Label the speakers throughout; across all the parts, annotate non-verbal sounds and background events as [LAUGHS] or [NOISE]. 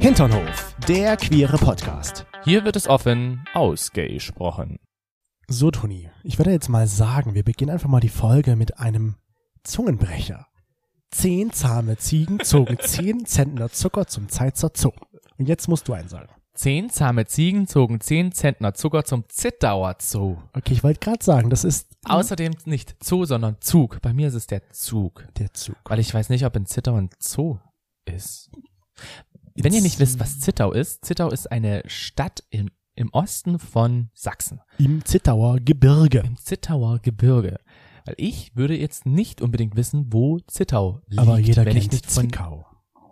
Speaker 1: Hinternhof, der queere Podcast.
Speaker 2: Hier wird es offen ausgesprochen.
Speaker 1: So, Toni, ich werde jetzt mal sagen, wir beginnen einfach mal die Folge mit einem Zungenbrecher. Zehn zahme Ziegen
Speaker 2: [LAUGHS]
Speaker 1: zogen zehn Zentner Zucker zum Zeizer Zoo. Und jetzt musst du einen sagen.
Speaker 2: Zehn zahme Ziegen zogen zehn Zentner Zucker zum Zittauer Zoo.
Speaker 1: Okay, ich wollte gerade sagen, das ist
Speaker 2: Außerdem nicht Zoo, sondern Zug. Bei mir ist es der Zug.
Speaker 1: der Zug.
Speaker 2: Weil ich weiß nicht, ob in Zittau ein Zoo ist. Wenn ihr nicht wisst, was Zittau ist, Zittau ist eine Stadt im, im Osten von Sachsen.
Speaker 1: Im Zittauer Gebirge.
Speaker 2: Im Zittauer Gebirge. Weil ich würde jetzt nicht unbedingt wissen, wo Zittau liegt.
Speaker 1: Aber jeder
Speaker 2: wenn ich
Speaker 1: kennt
Speaker 2: nicht von
Speaker 1: Zwickau.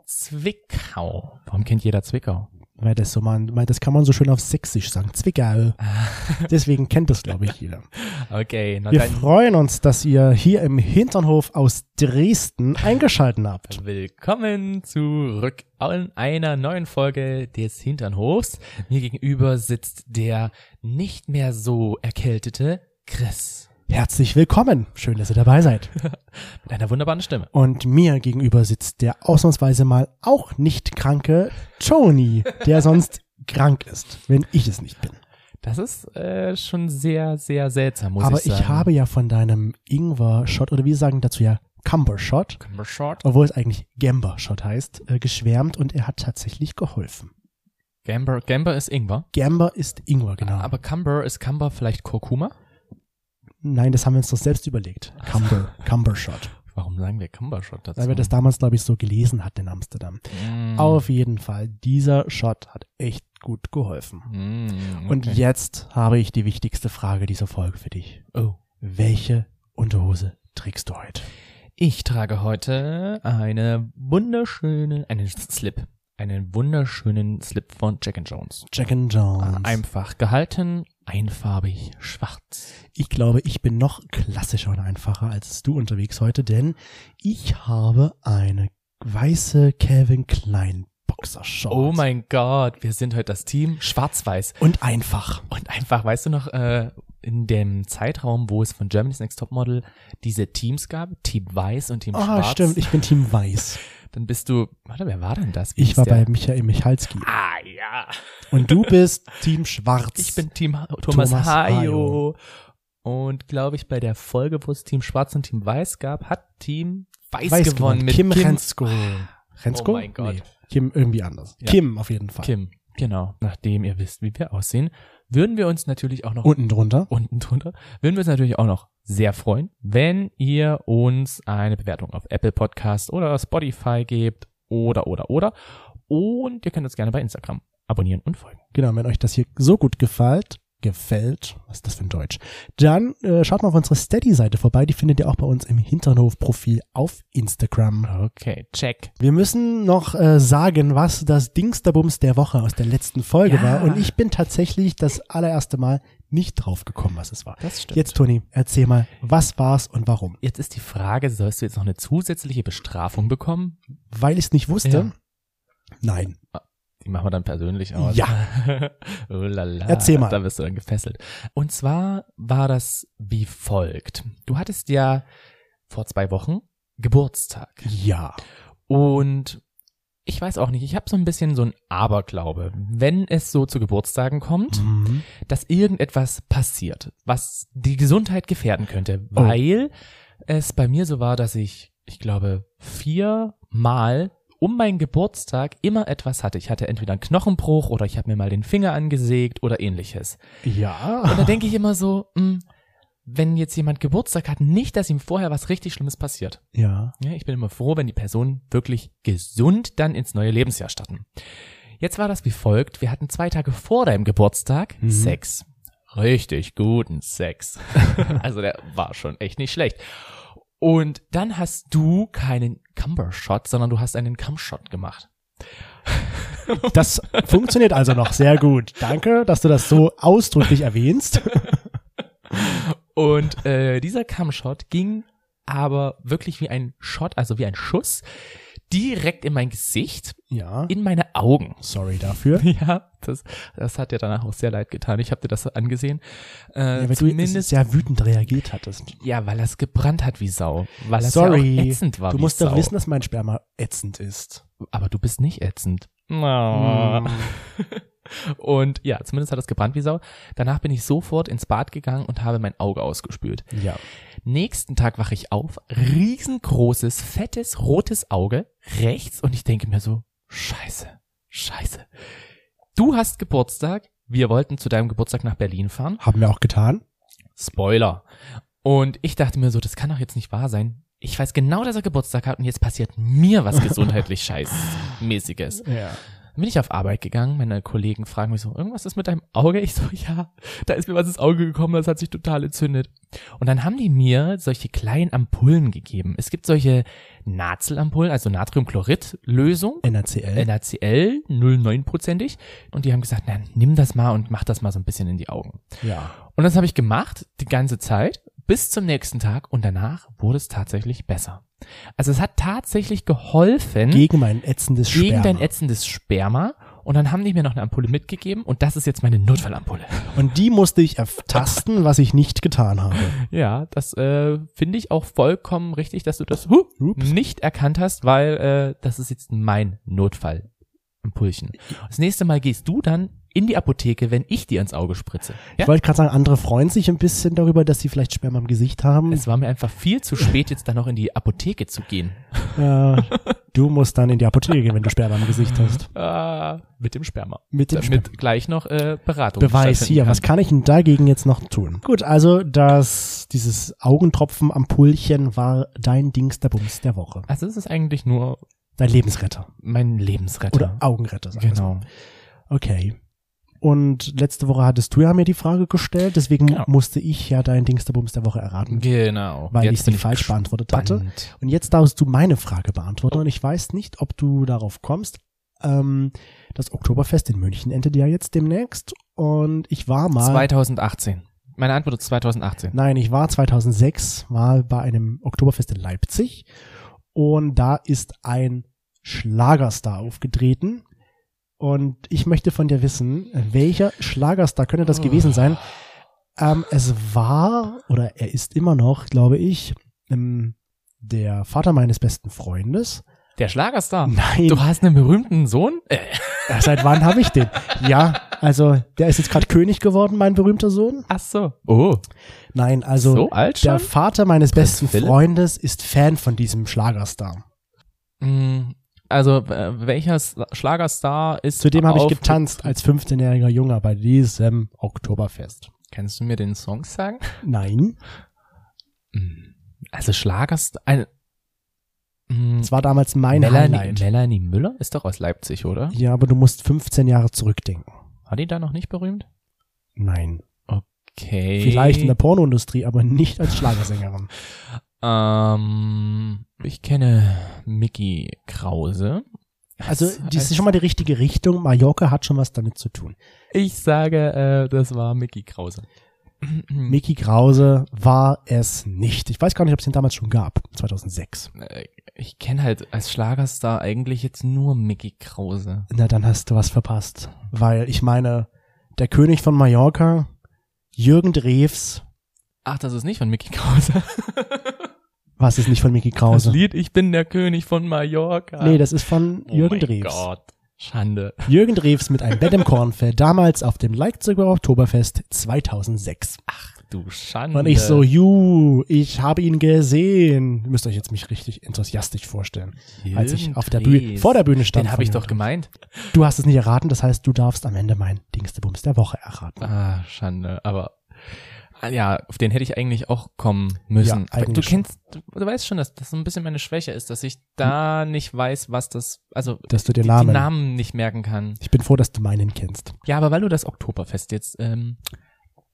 Speaker 2: Zwickau. Warum kennt jeder Zwickau?
Speaker 1: Weil das so man, weil das kann man so schön auf Sächsisch sagen. Zwickau.
Speaker 2: Ah.
Speaker 1: Deswegen kennt das, glaube ich, jeder.
Speaker 2: Okay, na
Speaker 1: Wir
Speaker 2: dann
Speaker 1: freuen uns, dass ihr hier im Hinternhof aus Dresden eingeschalten habt.
Speaker 2: Willkommen zurück in einer neuen Folge des Hinternhofs. Mir gegenüber sitzt der nicht mehr so erkältete Chris
Speaker 1: Herzlich willkommen. Schön, dass ihr dabei seid.
Speaker 2: mit einer wunderbaren Stimme.
Speaker 1: Und mir gegenüber sitzt der ausnahmsweise mal auch nicht kranke Tony, der sonst krank ist, wenn ich es nicht bin.
Speaker 2: Das ist äh, schon sehr, sehr seltsam, muss
Speaker 1: Aber
Speaker 2: ich sagen.
Speaker 1: ich habe ja von deinem Ingwer-Shot oder wir sagen dazu ja Cumber-Shot,
Speaker 2: Können wir Short.
Speaker 1: obwohl es eigentlich Gamber-Shot heißt, äh, geschwärmt und er hat tatsächlich geholfen.
Speaker 2: Gamber, Gamber ist Ingwer.
Speaker 1: Gamber ist Ingwer, genau.
Speaker 2: Aber Cumber ist Cumber vielleicht Kurkuma?
Speaker 1: Nein, das haben wir uns doch selbst überlegt.
Speaker 2: [LAUGHS]
Speaker 1: Cumber, Cumber-Shot.
Speaker 2: Warum sagen wir Cumber Short dazu?
Speaker 1: Weil wir das damals, glaube ich, so gelesen hatten in Amsterdam.
Speaker 2: Mm,
Speaker 1: Auf jeden Fall, dieser Shot hat echt gut geholfen.
Speaker 2: mm, okay.
Speaker 1: Und jetzt habe ich die wichtigste Frage dieser Folge für dich.
Speaker 2: Oh.
Speaker 1: Welche Unterhose trägst du heute?
Speaker 2: Ich trage heute eine wunderschöne, einen Slip, einen wunderschönen Slip von Jack and Jones.
Speaker 1: Jack and Jones.
Speaker 2: Ah, Einfach gehalten, einfarbig, schwarz.
Speaker 1: ich glaube, ich bin noch klassischer und einfacher als du unterwegs heute, denn ich habe eine weiße Calvin Klein Boxershort.
Speaker 2: Oh mein Gott, wir sind heute das Team schwarz-weiß.
Speaker 1: Und einfach.
Speaker 2: Und einfach, weißt du noch, äh, in dem Zeitraum, wo es von Germany's Next Topmodel diese Teams gab, Team Weiß und Team
Speaker 1: Ah,
Speaker 2: Schwarz,
Speaker 1: stimmt, ich bin Team Weiß.
Speaker 2: dann bist du, warte, wer war denn das? Wie
Speaker 1: Ich
Speaker 2: hieß
Speaker 1: war
Speaker 2: der?
Speaker 1: bei Michael Michalski.
Speaker 2: Ah, ja.
Speaker 1: Und
Speaker 2: [LAUGHS]
Speaker 1: du bist Team Schwarz.
Speaker 2: Ich bin Team Ha- Thomas,
Speaker 1: Thomas
Speaker 2: Hayo. Und glaube ich, bei der Folge, wo es Team Schwarz und Team Weiß gab, hat Team Weiß,
Speaker 1: Weiß
Speaker 2: gewonnen mit
Speaker 1: Kim,
Speaker 2: Kim
Speaker 1: Rensko. Rensko?
Speaker 2: Oh mein Gott.
Speaker 1: Kim irgendwie anders.
Speaker 2: Ja.
Speaker 1: Kim auf jeden Fall.
Speaker 2: Kim, genau. Nachdem ihr wisst, wie wir aussehen, würden wir uns natürlich auch noch
Speaker 1: Unten drunter.
Speaker 2: unten drunter, würden wir uns natürlich auch noch sehr freuen, wenn ihr uns eine Bewertung auf Apple Podcast oder Spotify gebt oder, oder, oder. Und ihr könnt uns gerne bei Instagram abonnieren und folgen.
Speaker 1: Genau, wenn euch das hier so gut gefällt, gefällt, was ist das für ein Deutsch, dann äh, schaut mal auf unsere Steady-Seite vorbei. Die findet ihr auch bei uns im Hinternhof-Profil auf Instagram.
Speaker 2: Okay, check.
Speaker 1: Wir müssen noch äh, sagen, was das Dingsterbums der Woche aus der letzten Folge
Speaker 2: Ja.
Speaker 1: war. Und ich bin tatsächlich das allererste Mal nicht drauf gekommen, was es war.
Speaker 2: Das stimmt.
Speaker 1: Jetzt, Toni, erzähl mal, was war's und warum?
Speaker 2: Jetzt ist die Frage, sollst du jetzt noch eine zusätzliche Bestrafung bekommen?
Speaker 1: Weil ich es nicht wusste.
Speaker 2: Ja.
Speaker 1: Nein.
Speaker 2: Die machen wir dann persönlich aus.
Speaker 1: Ja.
Speaker 2: [LAUGHS] oh lala.
Speaker 1: Erzähl mal.
Speaker 2: Da wirst du dann gefesselt. Und zwar war das wie folgt. Du hattest ja vor zwei Wochen Geburtstag.
Speaker 1: Ja.
Speaker 2: Und ich weiß auch nicht, ich habe so ein bisschen so ein Aberglaube, wenn es so zu Geburtstagen kommt, dass irgendetwas passiert, was die Gesundheit gefährden könnte,
Speaker 1: Oh.
Speaker 2: weil es bei mir so war, dass ich, ich glaube, viermal um meinen Geburtstag immer etwas hatte. Ich hatte entweder einen Knochenbruch oder ich habe mir mal den Finger angesägt oder ähnliches. Und da
Speaker 1: Ja.
Speaker 2: denke ich immer so, hm, wenn jetzt jemand Geburtstag hat, nicht, dass ihm vorher was richtig Schlimmes passiert.
Speaker 1: Ja.
Speaker 2: Ja, ich bin immer froh, wenn die Personen wirklich gesund dann ins neue Lebensjahr starten. Jetzt war das wie folgt. Wir hatten zwei Tage vor deinem Geburtstag
Speaker 1: Mhm.
Speaker 2: Sex. Richtig guten Sex. [LAUGHS] also der war schon echt nicht schlecht. Und dann hast du keinen Cumber-Shot, sondern du hast einen Cum-Shot gemacht.
Speaker 1: Das funktioniert also noch sehr gut. Danke, dass du das so ausdrücklich erwähnst.
Speaker 2: Und äh, dieser Cum-Shot ging aber wirklich wie ein Shot, also wie ein Schuss, direkt in mein Gesicht,
Speaker 1: Ja.
Speaker 2: in meine Augen.
Speaker 1: Sorry dafür.
Speaker 2: [LAUGHS] Ja, das, das hat dir danach auch sehr leid getan. Ich habe dir das angesehen. Äh,
Speaker 1: Ja, weil du jetzt
Speaker 2: zumindest,
Speaker 1: sehr wütend reagiert hattest.
Speaker 2: ja, weil das gebrannt hat wie Sau. Weil das ja
Speaker 1: Sorry.
Speaker 2: auch ätzend war
Speaker 1: Du
Speaker 2: wie
Speaker 1: musst
Speaker 2: Sau.
Speaker 1: doch wissen, dass mein Sperma ätzend ist.
Speaker 2: Aber du bist nicht ätzend. Na.
Speaker 1: Mm.
Speaker 2: Und ja, zumindest hat es gebrannt wie Sau. Danach bin ich sofort ins Bad gegangen und habe mein Auge ausgespült.
Speaker 1: Ja.
Speaker 2: Nächsten Tag wache ich auf, riesengroßes, fettes, rotes Auge, rechts, und ich denke mir so, scheiße, scheiße. Du hast Geburtstag, wir wollten zu deinem Geburtstag nach Berlin fahren.
Speaker 1: Haben wir auch getan.
Speaker 2: Spoiler. Und ich dachte mir so, das kann doch jetzt nicht wahr sein. Ich weiß genau, dass er Geburtstag hat und jetzt passiert mir was gesundheitlich Scheißmäßiges.
Speaker 1: Ja.
Speaker 2: Dann bin ich auf Arbeit gegangen, meine Kollegen fragen mich so, irgendwas ist mit deinem Auge? Ich so, [LAUGHS] ja, da ist mir was ins Auge gekommen, das hat sich total entzündet. Und dann haben die mir solche kleinen Ampullen gegeben. Es gibt solche Nazelampullen, also Natriumchlorid-Lösung,
Speaker 1: NACL.
Speaker 2: NaCl, 0,9-prozentig. Und die haben gesagt, na, nimm das mal und mach das mal so ein bisschen in die Augen.
Speaker 1: ja.
Speaker 2: Und das habe ich gemacht, die ganze Zeit, bis zum nächsten Tag. Und danach wurde es tatsächlich besser. Also es hat tatsächlich geholfen
Speaker 1: Gegen mein ätzendes
Speaker 2: Hm? gegen
Speaker 1: Sperma.
Speaker 2: dein ätzendes Sperma. Und dann haben die mir noch eine Ampulle mitgegeben und das ist jetzt meine Notfallampulle.
Speaker 1: Und die musste ich ertasten, was ich nicht getan habe.
Speaker 2: [LAUGHS] Ja, das äh, finde ich auch vollkommen richtig, dass du das huh,
Speaker 1: Ups.
Speaker 2: nicht erkannt hast, weil äh, das ist jetzt mein Notfallampulchen. Das nächste Mal gehst du dann in die Apotheke, wenn ich dir ins Auge spritze. Ja?
Speaker 1: Ich wollte gerade sagen, andere freuen sich ein bisschen darüber, dass sie vielleicht Sperma im Gesicht haben.
Speaker 2: Es war mir einfach viel zu spät, jetzt dann noch in die Apotheke zu gehen.
Speaker 1: Äh, du musst dann in die Apotheke gehen, wenn du Sperma im Gesicht hast.
Speaker 2: Äh, mit dem Sperma.
Speaker 1: Mhm. Mit dem Sperma.
Speaker 2: Damit gleich noch äh, Beratung.
Speaker 1: Beweis
Speaker 2: stattfinden
Speaker 1: hier,
Speaker 2: kann.
Speaker 1: was kann ich denn dagegen jetzt noch tun? Gut, also das, dieses Augentropfen am Pullchen war dein Dings der Bums der Woche.
Speaker 2: Also es ist eigentlich nur
Speaker 1: Dein Lebensretter.
Speaker 2: mein Lebensretter.
Speaker 1: Oder Augenretter. sagen wir es
Speaker 2: Genau.
Speaker 1: mal. Okay. Und letzte Woche hattest du ja mir die Frage gestellt, deswegen
Speaker 2: Genau.
Speaker 1: musste ich ja dein Dings der Bums der Woche erraten,
Speaker 2: Genau.
Speaker 1: weil ich
Speaker 2: Jetzt
Speaker 1: sie
Speaker 2: bin
Speaker 1: falsch
Speaker 2: gespannt.
Speaker 1: beantwortet hatte. Und jetzt darfst du meine Frage beantworten und ich weiß nicht, ob du darauf kommst. Ähm, das Oktoberfest in München endet ja jetzt demnächst und ich war mal.
Speaker 2: 2018. Meine Antwort ist 2018.
Speaker 1: Nein, ich war 2006 mal bei einem Oktoberfest in Leipzig und da ist ein Schlagerstar aufgetreten und ich möchte von dir wissen, welcher Schlagerstar könnte das gewesen sein? Ähm, es war oder er ist immer noch, glaube ich, ähm, der Vater meines besten Freundes.
Speaker 2: Der Schlagerstar.
Speaker 1: Nein,
Speaker 2: Du hast einen berühmten Sohn? Äh,
Speaker 1: seit wann habe ich den? Ja, also der ist jetzt gerade König geworden, mein berühmter Sohn.
Speaker 2: ach so. Oh,
Speaker 1: Nein, also
Speaker 2: so alt
Speaker 1: Der
Speaker 2: schon?
Speaker 1: Vater meines besten
Speaker 2: Philipp?
Speaker 1: Freundes ist Fan von diesem Schlagerstar.
Speaker 2: Mm, Also, äh, welcher S- Schlagerstar ist
Speaker 1: Zudem habe ich
Speaker 2: auf-
Speaker 1: getanzt als 15-jähriger Junger bei diesem Oktoberfest.
Speaker 2: Kannst du mir den Song sagen?
Speaker 1: Nein,
Speaker 2: Mm, Also Schlagerstar ein, Mm,
Speaker 1: es war damals mein
Speaker 2: Melanie,
Speaker 1: Highlight.
Speaker 2: Melanie Müller ist doch aus Leipzig, oder?
Speaker 1: Ja, aber du musst 15 Jahre zurückdenken.
Speaker 2: War die da noch nicht berühmt?
Speaker 1: Nein.
Speaker 2: Okay.
Speaker 1: Vielleicht in der Pornoindustrie, aber nicht als Schlagersängerin.
Speaker 2: Ähm, ich kenne Mickey Krause.
Speaker 1: Also,
Speaker 2: Das
Speaker 1: das
Speaker 2: heißt-
Speaker 1: ist schon mal die richtige Richtung. Mallorca hat schon was damit zu tun.
Speaker 2: Ich sage, äh, das war Mickey Krause.
Speaker 1: Mickey Krause war es nicht. Ich weiß gar nicht, ob es ihn damals schon gab. 2006.
Speaker 2: Äh, Ich kenne halt als Schlagerstar eigentlich jetzt nur Mickey Krause.
Speaker 1: Na, dann hast du was verpasst. Weil ich meine, der König von Mallorca, Jürgen Drews,
Speaker 2: Ach, das ist nicht von Mickey Krause.
Speaker 1: was ist nicht von Mickey
Speaker 2: Das
Speaker 1: Krause?
Speaker 2: Lied Ich bin der König von Mallorca.
Speaker 1: Nee, das ist von
Speaker 2: oh
Speaker 1: Jürgen
Speaker 2: mein
Speaker 1: Drews.
Speaker 2: Gott. Schande.
Speaker 1: Jürgen Drews mit einem Bett im Kornfeld, [LAUGHS] damals auf dem Leipziger Oktoberfest 2006.
Speaker 2: Du Schande.
Speaker 1: Und ich so, ju, ich habe ihn gesehen. Ihr müsst euch jetzt mich richtig enthusiastisch vorstellen. als ich
Speaker 2: Jürgen
Speaker 1: auf der Bühne,
Speaker 2: Drews.
Speaker 1: vor der Bühne stand.
Speaker 2: Den habe ich doch
Speaker 1: gemacht.
Speaker 2: gemeint.
Speaker 1: Du hast es nicht erraten, das heißt, du darfst am Ende mein Dingstebums der Woche erraten.
Speaker 2: Ah, Schande. Aber ah, ja, auf den hätte ich eigentlich auch kommen müssen.
Speaker 1: Ja, eigentlich
Speaker 2: du
Speaker 1: schon.
Speaker 2: kennst, du, du weißt schon, dass das so ein bisschen meine Schwäche ist, dass ich da
Speaker 1: Hm.
Speaker 2: nicht weiß, was das, also
Speaker 1: Dass du den
Speaker 2: die,
Speaker 1: Namen.
Speaker 2: die Namen nicht merken kann.
Speaker 1: Ich bin froh, dass du meinen kennst.
Speaker 2: Ja, aber weil du das Oktoberfest jetzt ähm,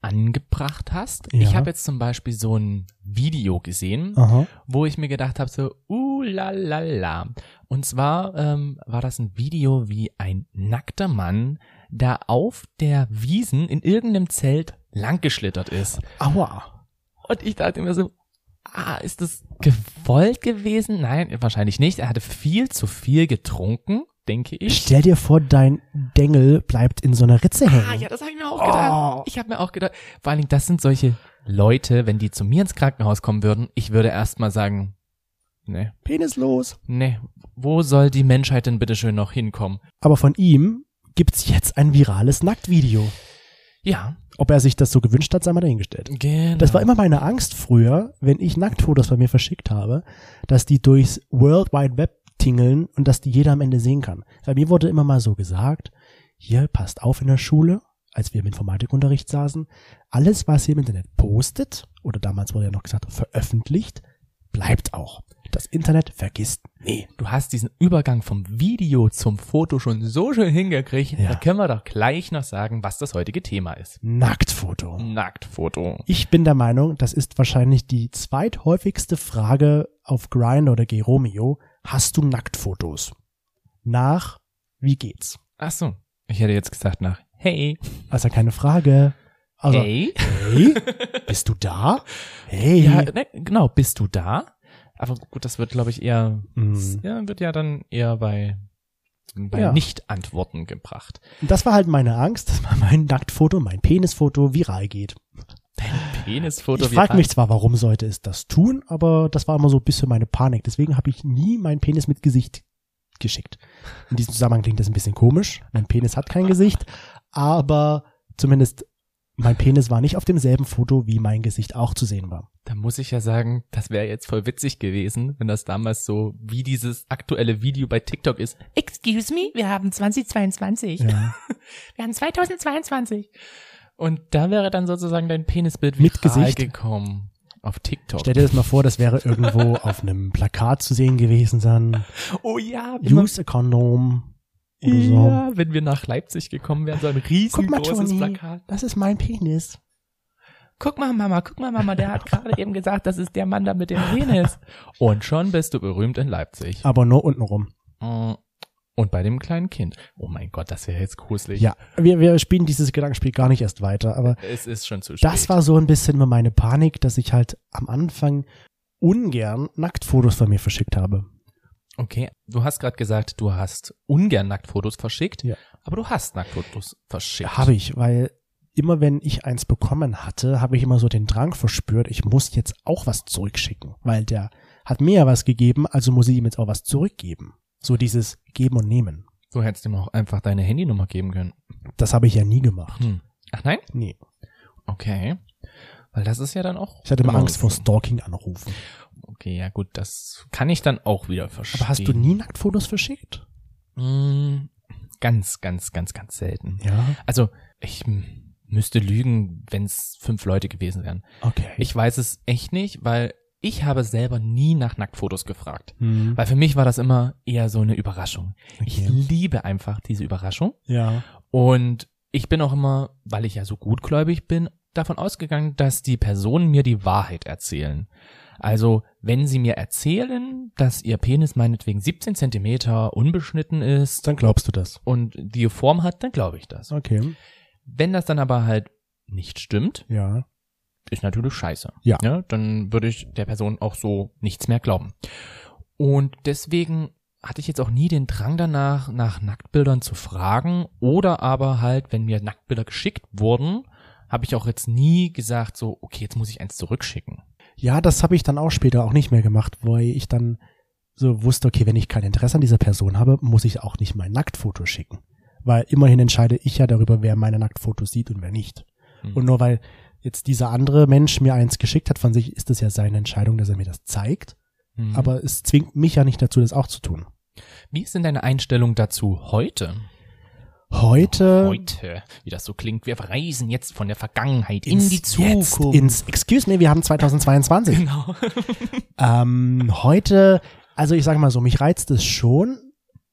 Speaker 2: angebracht hast,
Speaker 1: Ja.
Speaker 2: ich habe jetzt zum Beispiel so ein Video gesehen,
Speaker 1: Aha.
Speaker 2: wo ich mir gedacht habe, so, uh, la, la, la. Und zwar ähm, war das ein Video, wie ein nackter Mann da auf der Wiesen in irgendeinem Zelt langgeschlittert ist.
Speaker 1: Aua.
Speaker 2: Und ich dachte mir so, ah, ist das gewollt gewesen? Nein, wahrscheinlich nicht. Er hatte viel zu viel getrunken, denke ich.
Speaker 1: Stell dir vor, dein Dengel bleibt in so einer Ritze hängen.
Speaker 2: Ah, ja, das habe ich mir auch
Speaker 1: Oh.
Speaker 2: gedacht. Ich habe mir auch gedacht, vor allen Dingen, das sind solche Leute, wenn die zu mir ins Krankenhaus kommen würden, ich würde erst mal sagen, Nee.
Speaker 1: Oh, Penislos.
Speaker 2: Nee. Wo soll die Menschheit denn bitteschön noch hinkommen?
Speaker 1: Aber von ihm gibt's jetzt ein virales Nacktvideo.
Speaker 2: Ja.
Speaker 1: Ob er sich das so gewünscht hat, sei mal dahingestellt.
Speaker 2: Genau.
Speaker 1: Das war immer meine Angst früher, wenn ich Nacktfotos bei mir verschickt habe, dass die durchs World Wide Web tingeln und dass die jeder am Ende sehen kann. Bei mir wurde immer mal so gesagt, hier passt auf in der Schule, als wir im Informatikunterricht saßen, alles, was ihr im Internet postet, oder damals wurde ja noch gesagt, veröffentlicht, bleibt auch. Das Internet vergisst nie.
Speaker 2: Du hast diesen Übergang vom Video zum Foto schon so schön hingekriegt.
Speaker 1: Ja.
Speaker 2: Da können wir doch gleich noch sagen, was das heutige Thema ist.
Speaker 1: Nacktfoto.
Speaker 2: Nacktfoto.
Speaker 1: Ich bin der Meinung, das ist wahrscheinlich die zweithäufigste Frage auf Grind oder Geromeo. Hast du Nacktfotos? Nach wie geht's?
Speaker 2: Ach so. Ich hätte jetzt gesagt nach, hey,
Speaker 1: Also keine Frage. Also, hey.
Speaker 2: hey.
Speaker 1: bist du da? Hey.
Speaker 2: Ja, ne, genau, bist du da? Aber gut, das wird, glaube ich, eher,
Speaker 1: Mm.
Speaker 2: ja, wird ja dann eher bei, bei
Speaker 1: Ja.
Speaker 2: Nicht-Antworten gebracht.
Speaker 1: Und Das war halt meine Angst, dass mal mein Nacktfoto, mein Penisfoto viral geht.
Speaker 2: Penisfoto.
Speaker 1: ich frage mich zwar, warum sollte es das tun, aber das war immer so ein bisschen meine Panik. Deswegen habe ich nie meinen Penis mit Gesicht geschickt. In diesem Zusammenhang klingt das ein bisschen komisch. Mein Penis hat kein Gesicht, aber zumindest mein Penis war nicht auf demselben Foto, wie mein Gesicht auch zu sehen war.
Speaker 2: Da muss ich ja sagen, das wäre jetzt voll witzig gewesen, wenn das damals so wie dieses aktuelle Video bei TikTok ist.
Speaker 3: Excuse me, wir haben 2022.
Speaker 1: Ja.
Speaker 3: Wir haben 2022.
Speaker 2: Und da wäre dann sozusagen dein Penisbild
Speaker 1: Mit
Speaker 2: viral
Speaker 1: Gesicht?
Speaker 2: gekommen. Auf TikTok.
Speaker 1: Stell dir das mal vor, das wäre irgendwo auf einem Plakat zu sehen gewesen sein.
Speaker 2: oh ja, immer,
Speaker 1: Use a condom. Oder so.
Speaker 2: ja, wenn wir nach Leipzig gekommen wären, so ein riesengroßes Plakat.
Speaker 1: das ist mein Penis.
Speaker 2: Guck mal, Mama, guck mal, Mama,
Speaker 1: [LAUGHS]
Speaker 2: der hat gerade eben gesagt, das ist der Mann da mit dem Penis. Und schon bist du berühmt in Leipzig.
Speaker 1: Aber nur untenrum.
Speaker 2: Äh, Und bei dem kleinen Kind. Oh mein Gott, das wäre jetzt gruselig.
Speaker 1: Ja, wir, wir spielen dieses Gedankenspiel gar nicht erst weiter, aber
Speaker 2: Es ist schon zu spät.
Speaker 1: das war so ein bisschen immer meine Panik, dass ich halt am Anfang ungern Nacktfotos von mir verschickt habe.
Speaker 2: Okay, du hast gerade gesagt, du hast ungern Nacktfotos verschickt,
Speaker 1: Ja.
Speaker 2: aber du hast Nacktfotos verschickt.
Speaker 1: Habe ich, weil immer wenn ich eins bekommen hatte, habe ich immer so den Drang verspürt, ich muss jetzt auch was zurückschicken, weil der hat mir ja was gegeben, also muss ich ihm jetzt auch was zurückgeben. So dieses Geben und Nehmen.
Speaker 2: Du hättest ihm auch einfach deine Handynummer geben können.
Speaker 1: Das habe ich ja nie gemacht.
Speaker 2: Hm. Ach nein?
Speaker 1: Nee.
Speaker 2: Okay. Weil das ist ja dann auch.
Speaker 1: Ich hatte immer
Speaker 2: Genau.
Speaker 1: Angst vor Stalking-Anrufen.
Speaker 2: Okay, ja gut, das kann ich dann auch wieder verstehen.
Speaker 1: Aber hast du nie Nacktfotos verschickt?
Speaker 2: Hm, ganz, ganz, ganz, ganz selten.
Speaker 1: Ja.
Speaker 2: Also, ich m- müsste lügen, wenn es fünf Leute gewesen wären.
Speaker 1: Okay.
Speaker 2: Ich weiß es echt nicht, weil ich habe selber nie nach Nacktfotos gefragt.
Speaker 1: Hm.
Speaker 2: Weil für mich war das immer eher so eine Überraschung. Ich
Speaker 1: Okay.
Speaker 2: liebe einfach diese Überraschung.
Speaker 1: Ja.
Speaker 2: Und ich bin auch immer, weil ich ja so gutgläubig bin, davon ausgegangen, dass die Personen mir die Wahrheit erzählen. Also, wenn sie mir erzählen, dass ihr Penis meinetwegen 17 Zentimeter unbeschnitten ist
Speaker 1: Dann glaubst du das.
Speaker 2: und die Form hat, dann glaube ich das.
Speaker 1: Okay.
Speaker 2: Wenn das dann aber halt nicht stimmt,
Speaker 1: Ja.
Speaker 2: ist natürlich scheiße. Ne?
Speaker 1: Ja.
Speaker 2: Dann würde ich der Person auch so nichts mehr glauben. Und deswegen hatte ich jetzt auch nie den Drang danach, nach Nacktbildern zu fragen oder aber halt, wenn mir Nacktbilder geschickt wurden, habe ich auch jetzt nie gesagt, so, okay, jetzt muss ich eins zurückschicken.
Speaker 1: Ja, das habe ich dann auch später auch nicht mehr gemacht, weil ich dann so wusste, okay, wenn ich kein Interesse an dieser Person habe, muss ich auch nicht mein Nacktfoto schicken. Weil immerhin entscheide ich ja darüber, wer meine Nacktfotos sieht und wer nicht.
Speaker 2: Hm.
Speaker 1: Und nur weil jetzt dieser andere Mensch mir eins geschickt hat von sich, ist es ja seine Entscheidung, dass er mir das zeigt.
Speaker 2: Mhm.
Speaker 1: Aber es zwingt mich ja nicht dazu, das auch zu tun.
Speaker 2: wie ist denn deine Einstellung dazu heute? Ähm.
Speaker 1: Heute,
Speaker 2: heute, wie das so klingt, wir reisen jetzt von der Vergangenheit in
Speaker 1: ins
Speaker 2: die
Speaker 1: Jetzt,
Speaker 2: Zukunft.
Speaker 1: ins, excuse me, wir haben 2022.
Speaker 2: [LAUGHS] genau.
Speaker 1: Ähm, heute, also ich sage mal so, mich reizt es schon,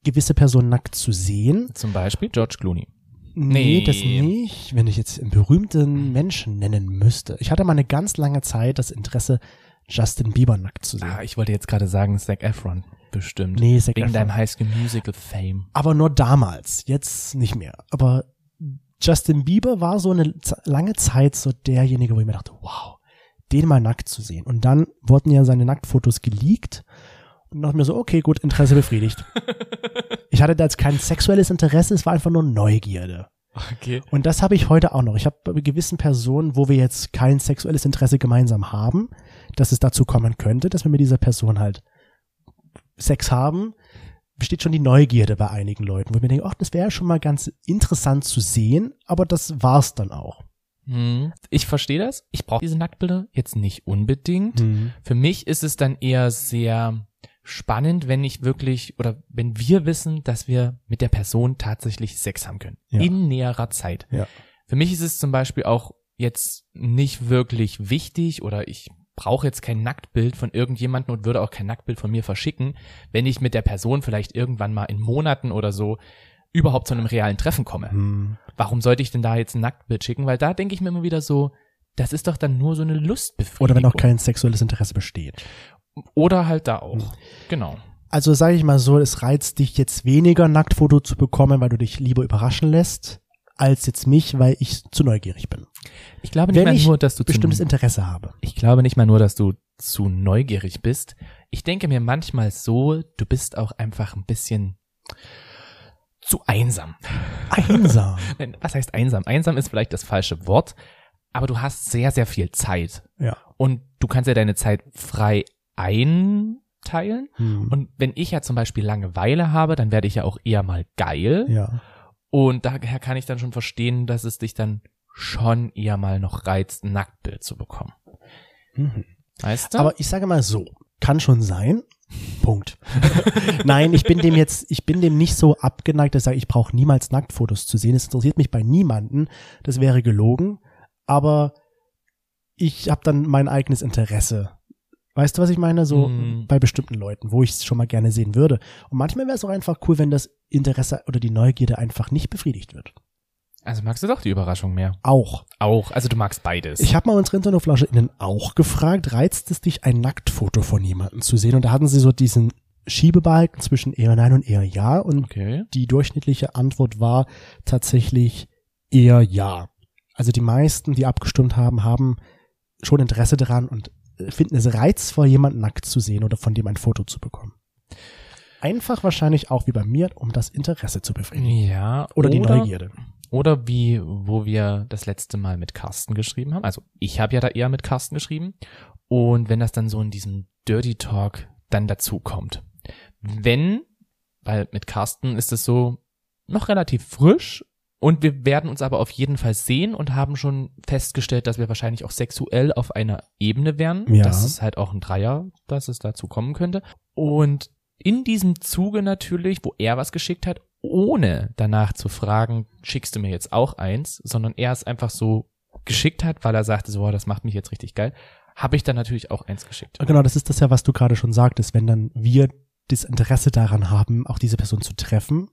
Speaker 1: gewisse Personen nackt zu sehen.
Speaker 2: Zum Beispiel George Clooney.
Speaker 1: Nee,
Speaker 2: Nee.
Speaker 1: das nicht, wenn ich jetzt einen berühmten Menschen nennen müsste. Ich hatte mal eine ganz lange Zeit das Interesse, Justin Bieber nackt zu sehen.
Speaker 2: Ah, ich wollte jetzt gerade sagen, Zac Efron, bestimmt.
Speaker 1: Nee, Zac
Speaker 2: Wegen
Speaker 1: Efron.
Speaker 2: deinem High School Musical Fame.
Speaker 1: Aber nur damals, jetzt nicht mehr. Aber Justin Bieber war so eine Z- lange Zeit so derjenige, wo ich mir dachte, wow, den mal nackt zu sehen. Und dann wurden ja seine Nacktfotos geleakt und dachte mir so, okay, gut, Interesse
Speaker 2: [LAUGHS]
Speaker 1: befriedigt. ich hatte da jetzt kein sexuelles Interesse, es war einfach nur Neugierde.
Speaker 2: Okay.
Speaker 1: Und das habe ich heute auch noch. Ich habe bei gewissen Personen, wo wir jetzt kein sexuelles Interesse gemeinsam haben, dass es dazu kommen könnte, dass wir mit dieser Person halt Sex haben, besteht schon die Neugierde bei einigen Leuten, wo ich mir denke, ach, das wäre ja schon mal ganz interessant zu sehen, aber das war's dann auch.
Speaker 2: Hm. Ich verstehe das. Ich brauche diese Nacktbilder jetzt nicht unbedingt.
Speaker 1: Mhm.
Speaker 2: Für mich ist es dann eher sehr spannend, wenn ich wirklich oder wenn wir wissen, dass wir mit der Person tatsächlich Sex haben können.
Speaker 1: Ja.
Speaker 2: In näherer Zeit.
Speaker 1: Ja.
Speaker 2: Für mich ist es zum Beispiel auch jetzt nicht wirklich wichtig oder ich brauche jetzt kein Nacktbild von irgendjemandem und würde auch kein Nacktbild von mir verschicken, wenn ich mit der Person vielleicht irgendwann mal in Monaten oder so überhaupt zu einem realen Treffen komme
Speaker 1: Mhm.
Speaker 2: warum sollte ich denn da jetzt ein Nacktbild schicken? Weil da denke ich mir immer wieder so, das ist doch dann nur so eine Lustbefriedigung.
Speaker 1: Oder wenn auch kein Hm. sexuelles Interesse besteht.
Speaker 2: Oder halt da auch. Genau.
Speaker 1: Also sage ich mal so, es reizt dich jetzt weniger, ein Nacktfoto zu bekommen, weil du dich lieber überraschen lässt, als jetzt mich, weil ich zu neugierig bin.
Speaker 2: Ich glaube nicht
Speaker 1: Wenn
Speaker 2: mal
Speaker 1: ich
Speaker 2: nur, dass du zu,
Speaker 1: Bestimmtes Interesse habe.
Speaker 2: ich glaube nicht mal nur, dass du zu neugierig bist. Ich denke mir manchmal so, du bist auch einfach ein bisschen zu einsam.
Speaker 1: Einsam.
Speaker 2: Nein, Was heißt einsam? Einsam ist vielleicht das falsche Wort, aber du hast sehr, sehr viel Zeit
Speaker 1: ja.
Speaker 2: und du kannst ja deine Zeit frei einteilen.
Speaker 1: Hm.
Speaker 2: Und wenn ich ja zum Beispiel Langeweile habe, dann werde ich ja auch eher mal geil.
Speaker 1: ja.
Speaker 2: Und daher kann ich dann schon verstehen, dass es dich dann schon eher mal noch reizt, ein Nacktbild zu bekommen.
Speaker 1: Mhm.
Speaker 2: Weißt du?
Speaker 1: Aber ich sage mal so, kann schon sein. Punkt. [LAUGHS] Nein, ich bin dem jetzt, ich bin dem nicht so abgeneigt, dass ich sage, ich brauche niemals Nacktfotos zu sehen. Es interessiert mich bei niemanden. Das wäre gelogen. Aber ich habe dann mein eigenes Interesse. Weißt du, was ich meine? So
Speaker 2: Mhm.
Speaker 1: bei bestimmten Leuten, wo ich es schon mal gerne sehen würde. Und manchmal wäre es auch einfach cool, wenn das Interesse oder die Neugierde einfach nicht befriedigt wird.
Speaker 2: also magst du doch die Überraschung mehr.
Speaker 1: Auch.
Speaker 2: Auch. Also du magst beides.
Speaker 1: Ich habe mal unsere Internetflasche innen auch gefragt, reizt es dich, ein Nacktfoto von jemandem zu sehen? Und da hatten sie so diesen Schiebebalken zwischen eher nein und eher ja. Und
Speaker 2: okay.
Speaker 1: die durchschnittliche Antwort war tatsächlich eher ja. Also die meisten, die abgestimmt haben, haben schon Interesse daran und äh, finden es reizvoll, jemanden nackt zu sehen oder von dem ein Foto zu bekommen. Einfach wahrscheinlich auch wie bei mir, um das Interesse zu befriedigen.
Speaker 2: Ja.
Speaker 1: Oder, die Neugierde.
Speaker 2: Oder wie, wo wir das letzte Mal mit Carsten geschrieben haben. Also ich habe ja da eher mit Carsten geschrieben. Und wenn das dann so in diesem Dirty Talk dann dazukommt. Wenn, weil mit Carsten ist es so noch relativ frisch und wir werden uns aber auf jeden Fall sehen und haben schon festgestellt, dass wir wahrscheinlich auch sexuell auf einer Ebene wären.
Speaker 1: Ja.
Speaker 2: Das ist halt auch ein Dreier, dass es dazu kommen könnte. Und in diesem Zuge natürlich, wo er was geschickt hat, ohne danach zu fragen, schickst du mir jetzt auch eins, sondern er es einfach so geschickt hat, weil er sagte, so, boah, das macht mich jetzt richtig geil, habe ich dann natürlich auch eins geschickt.
Speaker 1: Genau, das ist das ja, was du gerade schon sagtest, wenn dann wir das Interesse daran haben, auch diese Person zu treffen,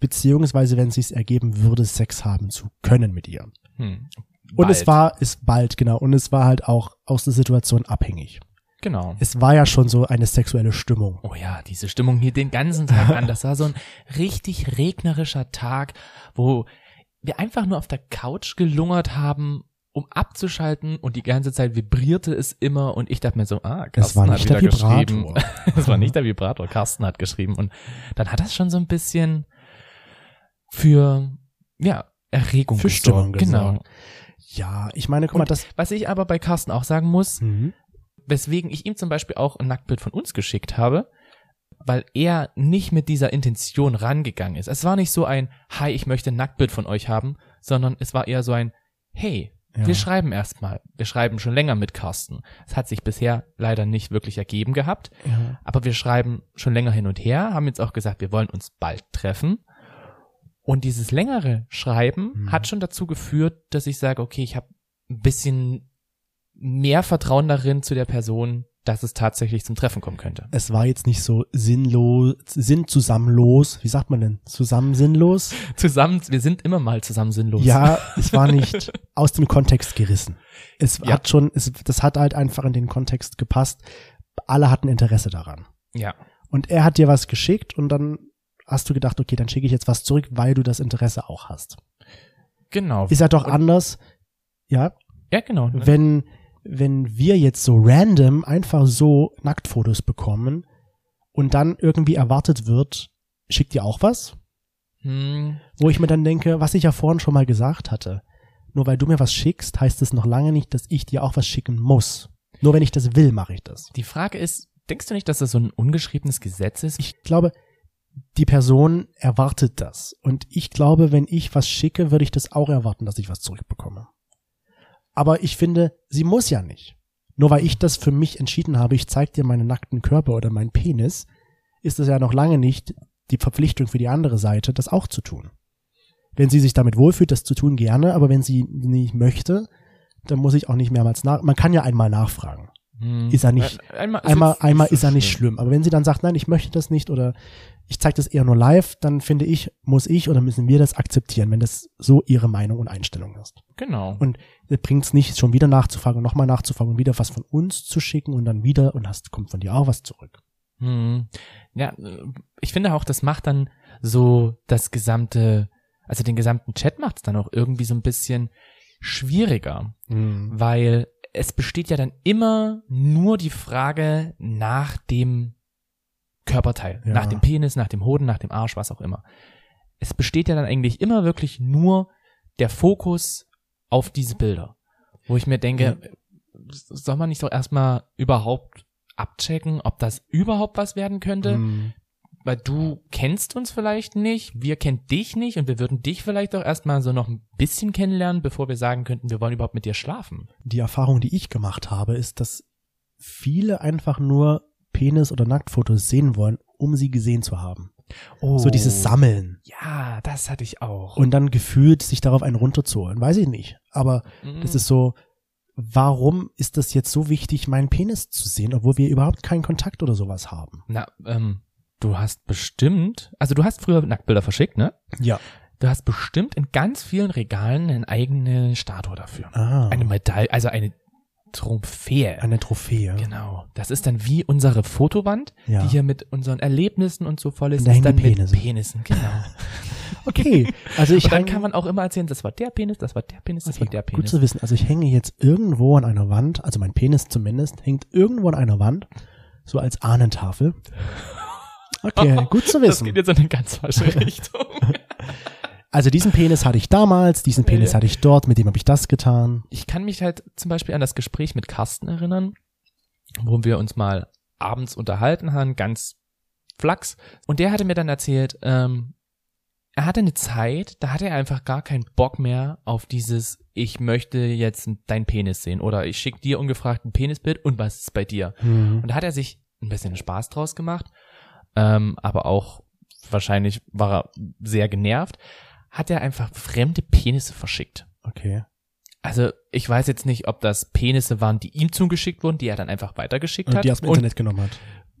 Speaker 1: beziehungsweise wenn es sich ergeben würde, Sex haben zu können mit ihr.
Speaker 2: Hm.
Speaker 1: Und
Speaker 2: Bald.
Speaker 1: es war, es bald, genau, und es war halt auch aus der Situation abhängig.
Speaker 2: Genau.
Speaker 1: Es war ja schon so eine sexuelle Stimmung.
Speaker 2: Oh ja, diese Stimmung hier den ganzen Tag an. Das war so ein richtig regnerischer Tag, wo wir einfach nur auf der Couch gelungert haben, um abzuschalten und die ganze Zeit vibrierte es immer und ich dachte mir so, ah, Carsten
Speaker 1: Es war
Speaker 2: hat
Speaker 1: nicht
Speaker 2: wieder
Speaker 1: der
Speaker 2: geschrieben.
Speaker 1: Vibrator.
Speaker 2: [LAUGHS] Es
Speaker 1: Mhm.
Speaker 2: war nicht der Vibrator, Carsten hat geschrieben und dann hat das schon so ein bisschen für, ja, Erregung
Speaker 1: Für Stimmung
Speaker 2: gesorgt. Genau.
Speaker 1: gesorgt. Ja, ich meine, guck mal,
Speaker 2: Und-
Speaker 1: das,
Speaker 2: Was ich aber bei Carsten auch sagen muss,
Speaker 1: mhm.
Speaker 2: weswegen ich ihm zum Beispiel auch ein Nacktbild von uns geschickt habe, weil er nicht mit dieser Intention rangegangen ist. Es war nicht so ein, hi, ich möchte ein Nacktbild von euch haben, sondern es war eher so ein, hey,
Speaker 1: Ja.
Speaker 2: wir schreiben erstmal. Wir schreiben schon länger mit Carsten. Es hat sich bisher leider nicht wirklich ergeben gehabt,
Speaker 1: ja.
Speaker 2: aber wir schreiben schon länger hin und her, haben jetzt auch gesagt, wir wollen uns bald treffen. Und dieses längere Schreiben
Speaker 1: Mhm.
Speaker 2: hat schon dazu geführt, dass ich sage, okay, ich habe ein bisschen mehr Vertrauen darin zu der Person, dass es tatsächlich zum Treffen kommen könnte.
Speaker 1: es war jetzt nicht so sinnlos, sinn zusammenlos, wie sagt man denn, zusammen sinnlos?
Speaker 2: Zusammen, wir sind immer mal zusammen sinnlos.
Speaker 1: Ja, es war
Speaker 2: [LAUGHS]
Speaker 1: nicht aus dem Kontext gerissen. Es
Speaker 2: Ja.
Speaker 1: hat schon, es, das hat halt einfach in den Kontext gepasst. Alle hatten Interesse daran.
Speaker 2: Ja.
Speaker 1: Und er hat dir was geschickt und dann hast du gedacht, okay, dann schicke ich jetzt was zurück, weil du das Interesse auch hast.
Speaker 2: Genau.
Speaker 1: Ist ja doch
Speaker 2: Und-
Speaker 1: anders, ja,
Speaker 2: ja, genau.
Speaker 1: wenn, wenn wir jetzt so random einfach so Nacktfotos bekommen und dann irgendwie erwartet wird, schickt ihr auch was?
Speaker 2: Hm,
Speaker 1: wo ich mir dann denke, was ich ja vorhin schon mal gesagt hatte. Nur weil du mir was schickst, heißt es noch lange nicht, dass ich dir auch was schicken muss. Nur wenn ich das will, mache ich das.
Speaker 2: die Frage ist, Denkst du nicht, dass das so ein ungeschriebenes Gesetz ist?
Speaker 1: Ich glaube, die Person erwartet das. Und ich glaube, wenn ich was schicke, würde ich das auch erwarten, dass ich was zurückbekomme. Aber ich finde, sie muss ja nicht. Nur weil ich das für mich entschieden habe, ich zeig dir meinen nackten Körper oder meinen Penis, ist es ja noch lange nicht die Verpflichtung für die andere Seite, das auch zu tun. Wenn sie sich damit wohlfühlt, das zu tun, gerne, aber wenn sie nicht möchte, dann muss ich auch nicht mehrmals nach. Man kann ja einmal nachfragen.
Speaker 2: Hm.
Speaker 1: Ist er nicht-
Speaker 2: Äh, Einmal,
Speaker 1: Einmal,
Speaker 2: jetzt
Speaker 1: einmal
Speaker 2: so
Speaker 1: ist er nicht schlimm. Aber wenn sie dann sagt, nein, ich möchte das nicht oder ich zeige das eher nur live, dann finde ich, muss ich oder müssen wir das akzeptieren, wenn das so ihre Meinung und Einstellung ist.
Speaker 2: Genau.
Speaker 1: Und das bringt's nicht, schon wieder nachzufragen und nochmal nachzufragen und wieder was von uns zu schicken und dann wieder und hast, kommt von dir auch was zurück.
Speaker 2: Hm. Ja, äh, ich finde auch, das macht dann so das gesamte, also den gesamten Chat macht es dann auch irgendwie so ein bisschen schwieriger,
Speaker 1: Mhm.
Speaker 2: weil es besteht ja dann immer nur die Frage nach dem Körperteil,
Speaker 1: Ja.
Speaker 2: nach dem Penis, nach dem Hoden, nach dem Arsch, was auch immer. Es besteht ja dann eigentlich immer wirklich nur der Fokus auf diese Bilder, wo ich mir denke, soll man nicht doch erstmal überhaupt abchecken, ob das überhaupt was werden könnte?
Speaker 1: Mhm.
Speaker 2: weil du kennst uns vielleicht nicht, wir kennen dich nicht und wir würden dich vielleicht auch erstmal so noch ein bisschen kennenlernen, bevor wir sagen könnten, wir wollen überhaupt mit dir schlafen.
Speaker 1: Die Erfahrung, die ich gemacht habe, ist, dass viele einfach nur Penis- oder Nacktfotos sehen wollen, um sie gesehen zu haben.
Speaker 2: Oh.
Speaker 1: So dieses Sammeln.
Speaker 2: Ja, das hatte ich auch.
Speaker 1: und dann gefühlt sich darauf einen runterzuholen. Weiß ich nicht. Aber
Speaker 2: Mhm.
Speaker 1: das ist so, warum ist das jetzt so wichtig, meinen Penis zu sehen, obwohl wir überhaupt keinen Kontakt oder sowas haben?
Speaker 2: Na, ähm, du hast bestimmt, also du hast früher Nacktbilder verschickt, ne?
Speaker 1: Ja.
Speaker 2: Du hast bestimmt in ganz vielen Regalen eine eigene Statue dafür. ne?
Speaker 1: Ah,
Speaker 2: Eine
Speaker 1: eine,
Speaker 2: Medaille, also eine Trophäe.
Speaker 1: Trophäe.
Speaker 2: Genau. Das ist dann wie unsere Fotowand,
Speaker 1: Ja.
Speaker 2: die hier mit unseren Erlebnissen und so voll ist.
Speaker 1: Und da
Speaker 2: ist dann
Speaker 1: hängen die
Speaker 2: mit
Speaker 1: Penisse.
Speaker 2: Penissen,
Speaker 1: [LAUGHS]
Speaker 2: genau.
Speaker 1: Okay, also ich
Speaker 2: [LAUGHS] Und dann
Speaker 1: hänge-
Speaker 2: kann man auch immer erzählen, das war der Penis, das war der Penis, das
Speaker 1: Okay,
Speaker 2: war der
Speaker 1: Gut
Speaker 2: Penis.
Speaker 1: zu wissen. Also ich hänge jetzt irgendwo an einer Wand, also mein Penis zumindest, hängt irgendwo an einer Wand, so als
Speaker 2: [LAUGHS]
Speaker 1: Ahnentafel. Okay, gut zu
Speaker 2: das
Speaker 1: wissen.
Speaker 2: geht jetzt in eine
Speaker 1: [LAUGHS]
Speaker 2: ganz falsche Richtung.
Speaker 1: Also diesen Penis hatte ich damals, diesen Penis
Speaker 2: Ja.
Speaker 1: hatte ich dort, mit dem habe ich das getan.
Speaker 2: ich kann mich halt zum Beispiel an das Gespräch mit Carsten erinnern, wo wir uns mal abends unterhalten haben, ganz flachs. Und der hatte mir dann erzählt, ähm, er hatte eine Zeit, da hatte er einfach gar keinen Bock mehr auf dieses, ich möchte jetzt deinen Penis sehen oder ich schicke dir ungefragt ein Penisbild und was ist bei dir?
Speaker 1: Hm.
Speaker 2: Und da hat er sich ein bisschen Spaß draus gemacht, ähm, aber auch wahrscheinlich war er sehr genervt, hat er einfach fremde Penisse verschickt.
Speaker 1: Okay.
Speaker 2: Also ich weiß jetzt nicht, ob das Penisse waren, die ihm zugeschickt wurden, die er dann einfach weitergeschickt
Speaker 1: Und
Speaker 2: hat.
Speaker 1: die aus dem
Speaker 2: und-
Speaker 1: Internet genommen hat.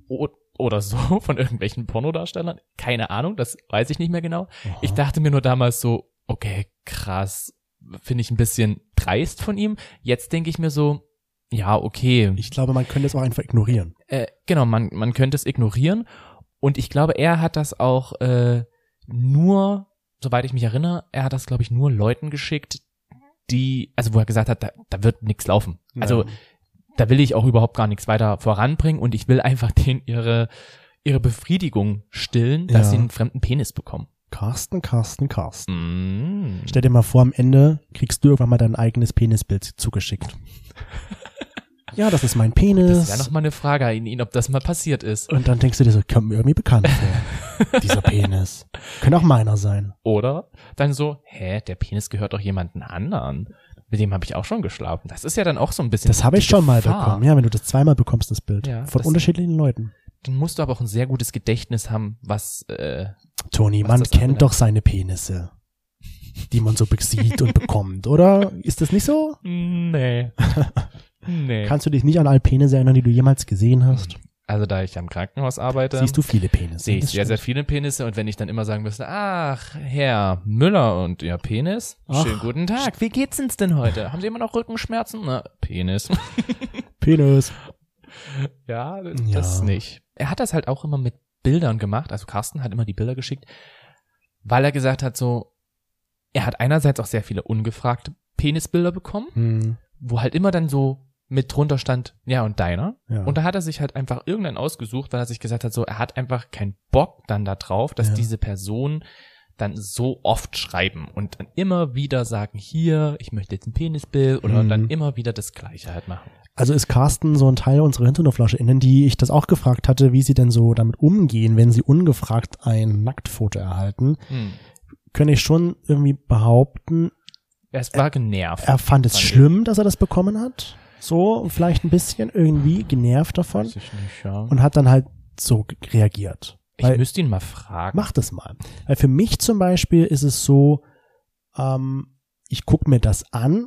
Speaker 2: o- oder so [LAUGHS] von irgendwelchen Pornodarstellern. Keine Ahnung, das weiß ich nicht mehr genau.
Speaker 1: Aha.
Speaker 2: Ich dachte mir nur damals so, okay, krass, finde ich ein bisschen dreist von ihm. Jetzt denke ich mir so, ja, okay.
Speaker 1: Ich glaube, man könnte es auch einfach ignorieren.
Speaker 2: äh, genau, man, man könnte es ignorieren. Und ich glaube, er hat das auch äh, nur, soweit ich mich erinnere, er hat das, glaube ich, nur Leuten geschickt, die, also wo er gesagt hat, da, da wird nichts laufen. Also da will ich auch überhaupt gar nichts weiter voranbringen und ich will einfach [LAUGHS] denen ihre, ihre Befriedigung stillen, dass
Speaker 1: Ja.
Speaker 2: sie einen fremden Penis bekommen.
Speaker 1: Carsten, Carsten, Carsten.
Speaker 2: Mm.
Speaker 1: Stell dir mal vor, am Ende kriegst du irgendwann mal dein eigenes Penisbild
Speaker 2: [LAUGHS]
Speaker 1: zugeschickt. ja, das ist mein
Speaker 2: Das
Speaker 1: Penis.
Speaker 2: ist ja nochmal eine Frage an ihn, ob das mal passiert ist.
Speaker 1: und dann denkst du dir so, kommt mir irgendwie bekannt
Speaker 2: [LAUGHS]
Speaker 1: vor. Dieser Penis. Könnte auch meiner sein.
Speaker 2: Oder dann so, hä, der Penis gehört doch jemanden anderen. Mit dem habe ich auch schon geschlafen. Das ist ja dann auch so ein bisschen.
Speaker 1: Das habe ich
Speaker 2: die
Speaker 1: schon mal
Speaker 2: Gefahr.
Speaker 1: bekommen. Ja, wenn du das zweimal bekommst, das Bild.
Speaker 2: Ja,
Speaker 1: Von
Speaker 2: das-
Speaker 1: unterschiedlichen Leuten.
Speaker 2: Dann musst du aber auch ein sehr gutes Gedächtnis haben, was
Speaker 1: [LAUGHS]
Speaker 2: äh,
Speaker 1: Toni,
Speaker 2: Was
Speaker 1: man
Speaker 2: das anbelangt.
Speaker 1: kennt doch seine Penisse. Die man so sieht und bekommt, oder? Ist das nicht so?
Speaker 2: nee. nee.
Speaker 1: Kannst du dich nicht an alle Penisse erinnern, die du jemals gesehen hast?
Speaker 2: also da ich am Krankenhaus arbeite,
Speaker 1: Siehst du viele Penisse?
Speaker 2: Ähm, sehe ich
Speaker 1: Das
Speaker 2: sehr, sehr
Speaker 1: stimmt.
Speaker 2: viele Penisse und wenn ich dann immer sagen müsste, ach, Herr Müller und Ihr Penis,
Speaker 1: Ach.
Speaker 2: schönen guten Tag, wie geht's uns denn heute? Haben Sie immer noch Rückenschmerzen? Na, Penis.
Speaker 1: Penis.
Speaker 2: [LAUGHS] Ja,
Speaker 1: Ja.
Speaker 2: das nicht. Er hat das halt auch immer mit Bildern gemacht. Also Carsten hat immer die Bilder geschickt, weil er gesagt hat, so, er hat einerseits auch sehr viele ungefragte Penisbilder bekommen,
Speaker 1: Hm,
Speaker 2: wo halt immer dann so mit drunter stand, ja, und deiner.
Speaker 1: Hm. ja.
Speaker 2: Und da hat er sich halt einfach irgendeinen ausgesucht, weil er sich gesagt hat, so, er hat einfach keinen Bock dann da drauf, dass
Speaker 1: Ja.
Speaker 2: diese Personen dann so oft schreiben und dann immer wieder sagen, hier, ich möchte jetzt ein Penisbild oder
Speaker 1: Mhm.
Speaker 2: dann immer wieder das Gleiche halt machen.
Speaker 1: Also ist Carsten so ein Teil unserer HinternoflascherInnen, die ich das auch gefragt hatte, wie sie denn so damit umgehen, wenn sie ungefragt ein Nacktfoto erhalten,
Speaker 2: Hm.
Speaker 1: kann ich schon irgendwie behaupten,
Speaker 2: Es war genervt.
Speaker 1: er fand es
Speaker 2: Fand ich.
Speaker 1: schlimm, dass er das bekommen hat. So, und vielleicht ein bisschen irgendwie genervt davon
Speaker 2: Weiß ich nicht, ja.
Speaker 1: und hat dann halt so ge- reagiert.
Speaker 2: Ich müsste ihn mal fragen.
Speaker 1: Mach das mal. Weil für mich zum Beispiel ist es so, ähm, ich guck mir das an,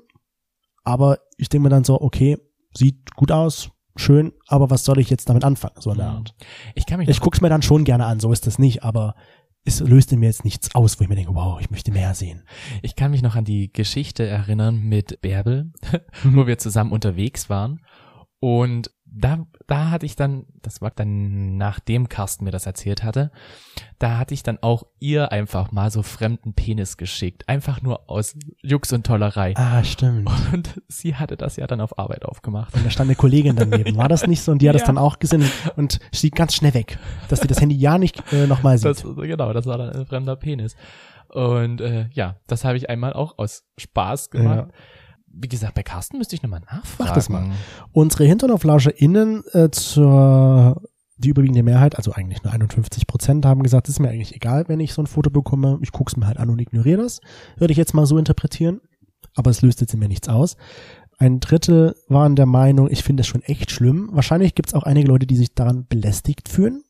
Speaker 1: aber ich denke mir dann so, okay, sieht gut aus, schön, aber was soll ich jetzt damit anfangen? So eine
Speaker 2: Ja.
Speaker 1: Art.
Speaker 2: Ich kann mich
Speaker 1: Ich guck's mir dann schon gerne an, so ist das nicht, aber es löst in mir jetzt nichts aus, wo ich mir denke, wow, ich möchte mehr sehen.
Speaker 2: Ich kann mich noch an die Geschichte erinnern mit Bärbel, [LAUGHS] wo wir zusammen unterwegs waren. Und da, da hatte ich dann, das war dann nachdem Carsten mir das erzählt hatte, da hatte ich dann auch ihr einfach mal so fremden Penis geschickt. Einfach nur aus Jux und Tollerei.
Speaker 1: Ah, stimmt.
Speaker 2: Und [LAUGHS] sie hatte das ja dann auf Arbeit
Speaker 1: [LAUGHS]
Speaker 2: aufgemacht.
Speaker 1: Und da stand eine Kollegin
Speaker 2: [LAUGHS]
Speaker 1: daneben. War das nicht so? Und die hat das
Speaker 2: Ja.
Speaker 1: dann auch gesehen und sie ganz schnell weg, dass sie das Handy ja nicht äh, nochmal sieht.
Speaker 2: Das, genau, das war dann ein fremder Penis. Und äh, ja, das habe ich einmal auch aus Spaß gemacht. Wie gesagt, bei Carsten müsste ich nochmal nachfragen.
Speaker 1: Mach das mal. Unsere HinternhoflauscherInnen äh, zur die überwiegende Mehrheit, also eigentlich nur 51 Prozent, haben gesagt, es ist mir eigentlich egal, wenn ich so ein Foto bekomme. Ich guck's mir halt an und ignoriere das. Würde ich jetzt mal so interpretieren. Aber es löst jetzt in mir nichts aus. Ein Drittel waren der Meinung, ich finde das schon echt schlimm. Wahrscheinlich gibt's auch einige Leute, die sich daran belästigt fühlen,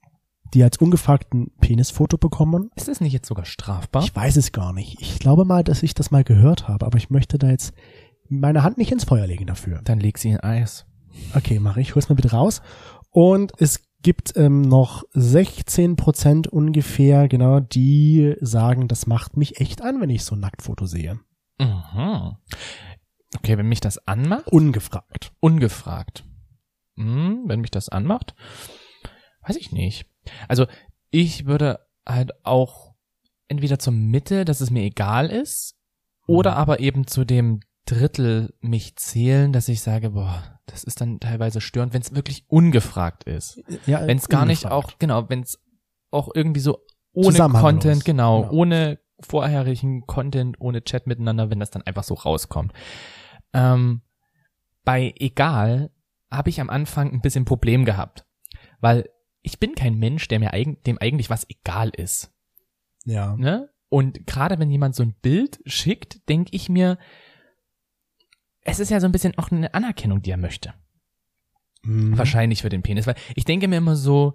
Speaker 1: die als ungefragten Penisfoto bekommen.
Speaker 2: Ist das nicht jetzt sogar strafbar?
Speaker 1: Ich weiß es gar nicht. Ich glaube mal, dass ich das mal gehört habe, aber ich möchte da jetzt meine Hand nicht ins Feuer legen dafür.
Speaker 2: Dann leg sie in Eis.
Speaker 1: Okay, mache ich. Hol's mal bitte raus. Und es gibt ähm, noch 16 Prozent ungefähr, genau, die sagen, das macht mich echt an, wenn ich so ein Nacktfoto sehe.
Speaker 2: Mhm. Okay, wenn mich das anmacht,
Speaker 1: Ungefragt.
Speaker 2: ungefragt. Hm, wenn mich das anmacht, weiß ich nicht. Also ich würde halt auch entweder zur Mitte, dass es mir egal ist, oder
Speaker 1: Mhm.
Speaker 2: aber eben zu dem Drittel mich zählen, dass ich sage, boah, das ist dann teilweise störend, wenn es wirklich ungefragt ist.
Speaker 1: Äh, Ja,
Speaker 2: Wenn es gar nicht
Speaker 1: Halt ungefragt.
Speaker 2: auch, genau, wenn es auch irgendwie so ohne
Speaker 1: Zusammenhanglos.
Speaker 2: Content, genau,
Speaker 1: Ja.
Speaker 2: ohne vorherigen Content, ohne Chat miteinander, wenn das dann einfach so rauskommt. Ähm, bei egal habe ich am Anfang ein bisschen Problem gehabt, weil ich bin kein Mensch, der mir eigen, dem eigentlich was egal ist.
Speaker 1: Ja.
Speaker 2: Ne? Und gerade wenn jemand so ein Bild schickt, denke ich mir, es ist ja so ein bisschen auch eine Anerkennung, die er möchte.
Speaker 1: Mhm.
Speaker 2: Wahrscheinlich für den Penis, weil ich denke mir immer so,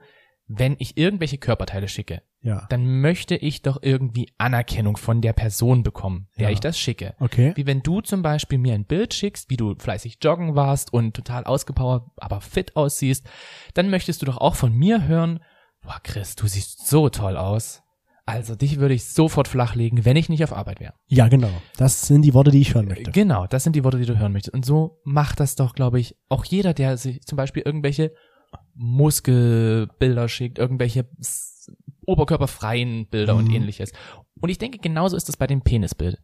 Speaker 2: wenn ich irgendwelche Körperteile schicke,
Speaker 1: Ja.
Speaker 2: dann möchte ich doch irgendwie Anerkennung von der Person bekommen, der
Speaker 1: Ja.
Speaker 2: ich das schicke.
Speaker 1: Okay.
Speaker 2: Wie wenn du zum Beispiel mir ein Bild schickst, wie du fleißig joggen warst und total ausgepowert, aber fit aussiehst, dann möchtest du doch auch von mir hören, boah Chris, du siehst so toll aus. Also dich würde ich sofort flachlegen, wenn ich nicht auf Arbeit wäre.
Speaker 1: Ja, genau. Das sind die Worte, die ich hören möchte.
Speaker 2: Genau, das sind die Worte, die du hören möchtest. Und so macht das doch, glaube ich, auch jeder, der sich zum Beispiel irgendwelche Muskelbilder schickt, irgendwelche s- oberkörperfreien Bilder und
Speaker 1: Mhm.
Speaker 2: ähnliches. Und ich denke, genauso ist es bei dem Penisbild.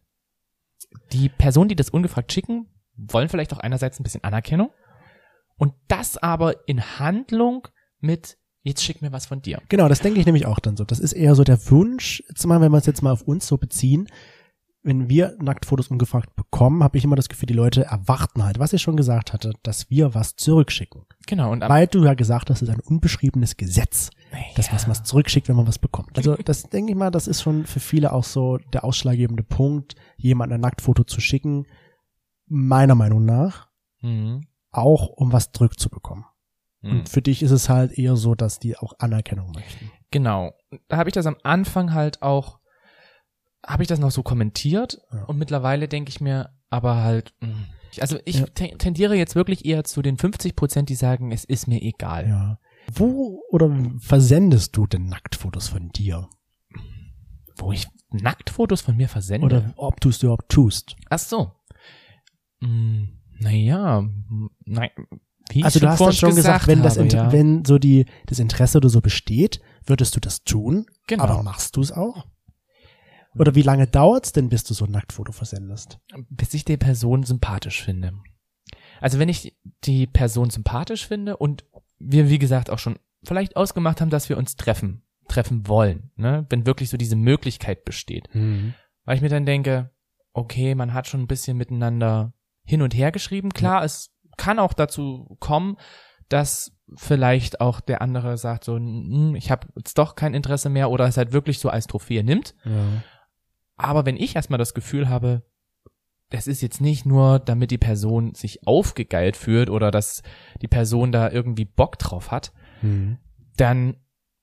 Speaker 2: Die Personen, die das ungefragt schicken, wollen vielleicht auch einerseits ein bisschen Anerkennung und das aber in Handlung mit, jetzt schick mir was von dir.
Speaker 1: Genau, das denke ich nämlich auch dann so. Das ist eher so der Wunsch, zumal wenn wir es jetzt mal auf uns so beziehen, wenn wir Nacktfotos ungefragt bekommen, habe ich immer das Gefühl, die Leute erwarten halt, was ich schon gesagt hatte, dass wir was zurückschicken.
Speaker 2: Genau, und
Speaker 1: Weil du ja gesagt hast, es ist ein unbeschriebenes Gesetz, dass
Speaker 2: ja. Mhm.
Speaker 1: man was zurückschickt, wenn man was bekommt. Also das denke ich mal, das ist schon für viele auch so der ausschlaggebende Punkt, jemandem ein Nacktfoto zu schicken, meiner Meinung nach,
Speaker 2: Mhm.
Speaker 1: auch um was zurückzubekommen.
Speaker 2: Mhm.
Speaker 1: Und für dich ist es halt eher so, dass die auch Anerkennung möchten.
Speaker 2: Genau. Da habe ich das am Anfang halt auch, habe ich das noch so kommentiert
Speaker 1: Ja.
Speaker 2: und mittlerweile denke ich mir, aber halt, mh. Ich- also ich
Speaker 1: Ja.
Speaker 2: ten- tendiere jetzt wirklich eher zu den 50 Prozent, die sagen, es ist mir egal.
Speaker 1: Ja. Wo oder versendest du denn Nacktfotos von dir?
Speaker 2: Wo ich Nacktfotos von mir versende.
Speaker 1: Oder ob du es überhaupt tust?
Speaker 2: Ach so. Hm, naja, nein. Wie ich
Speaker 1: also du hast
Speaker 2: vorhin
Speaker 1: das schon gesagt, wenn das,
Speaker 2: habe,
Speaker 1: Inter-
Speaker 2: ja.
Speaker 1: wenn so die, das Interesse oder so besteht, würdest du das tun?
Speaker 2: Genau.
Speaker 1: Aber machst du es auch? Oder wie lange dauert's denn, bis du so ein Nacktfoto versendest?
Speaker 2: bis ich die Person sympathisch finde. Also wenn ich die Person sympathisch finde und wir, wie gesagt, auch schon vielleicht ausgemacht haben, dass wir uns treffen, treffen wollen, ne? wenn wirklich so diese Möglichkeit besteht. Weil ich mir dann denke, okay, man hat schon ein bisschen miteinander hin und her geschrieben. Klar, es kann auch dazu kommen, dass vielleicht auch der andere sagt so, "Mm, ich habe jetzt doch kein Interesse mehr oder es halt wirklich so als Trophäe nimmt.
Speaker 1: Ja.
Speaker 2: Aber wenn ich erstmal das Gefühl habe, das ist jetzt nicht nur, damit die Person sich aufgegeilt fühlt oder dass die Person da irgendwie Bock drauf hat,
Speaker 1: Hm.
Speaker 2: dann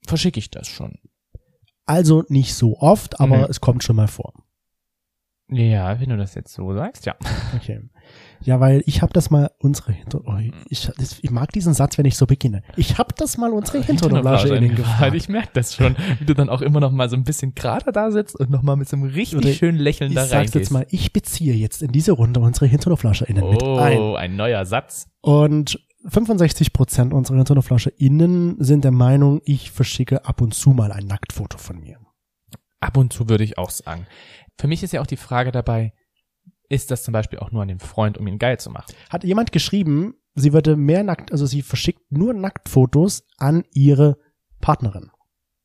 Speaker 2: verschicke ich das schon.
Speaker 1: Also nicht so oft, aber
Speaker 2: Nee.
Speaker 1: es kommt schon mal vor.
Speaker 2: Ja, wenn du das jetzt so sagst, [LAUGHS] ja.
Speaker 1: Okay. Ja, weil ich habe das mal unsere Hinter oh, ich, das, ich mag diesen Satz, wenn ich so beginne. Ich habe das mal unsere Hinternumblage in den
Speaker 2: gefallen.
Speaker 1: gefragt.
Speaker 2: Ich merke das schon, wie du dann auch immer noch mal so ein bisschen gerader da sitzt und noch mal mit so einem richtig
Speaker 1: Oder
Speaker 2: schönen Lächeln
Speaker 1: Ich
Speaker 2: da
Speaker 1: sag's
Speaker 2: reingehst.
Speaker 1: jetzt mal, ich beziehe jetzt in diese Runde unsere HinternoflascherInnen mit ein.
Speaker 2: oh, ein neuer Satz.
Speaker 1: Und 65% unserer HinternoflascherInnen sind der Meinung, ich verschicke ab und zu mal ein Nacktfoto von mir.
Speaker 2: Ab und zu würde ich auch sagen. Für mich ist ja auch die Frage dabei, ist das zum Beispiel auch nur an dem Freund, um ihn geil zu machen?
Speaker 1: Hat jemand geschrieben, sie würde mehr nackt, also sie verschickt nur Nacktfotos an ihre Partnerin.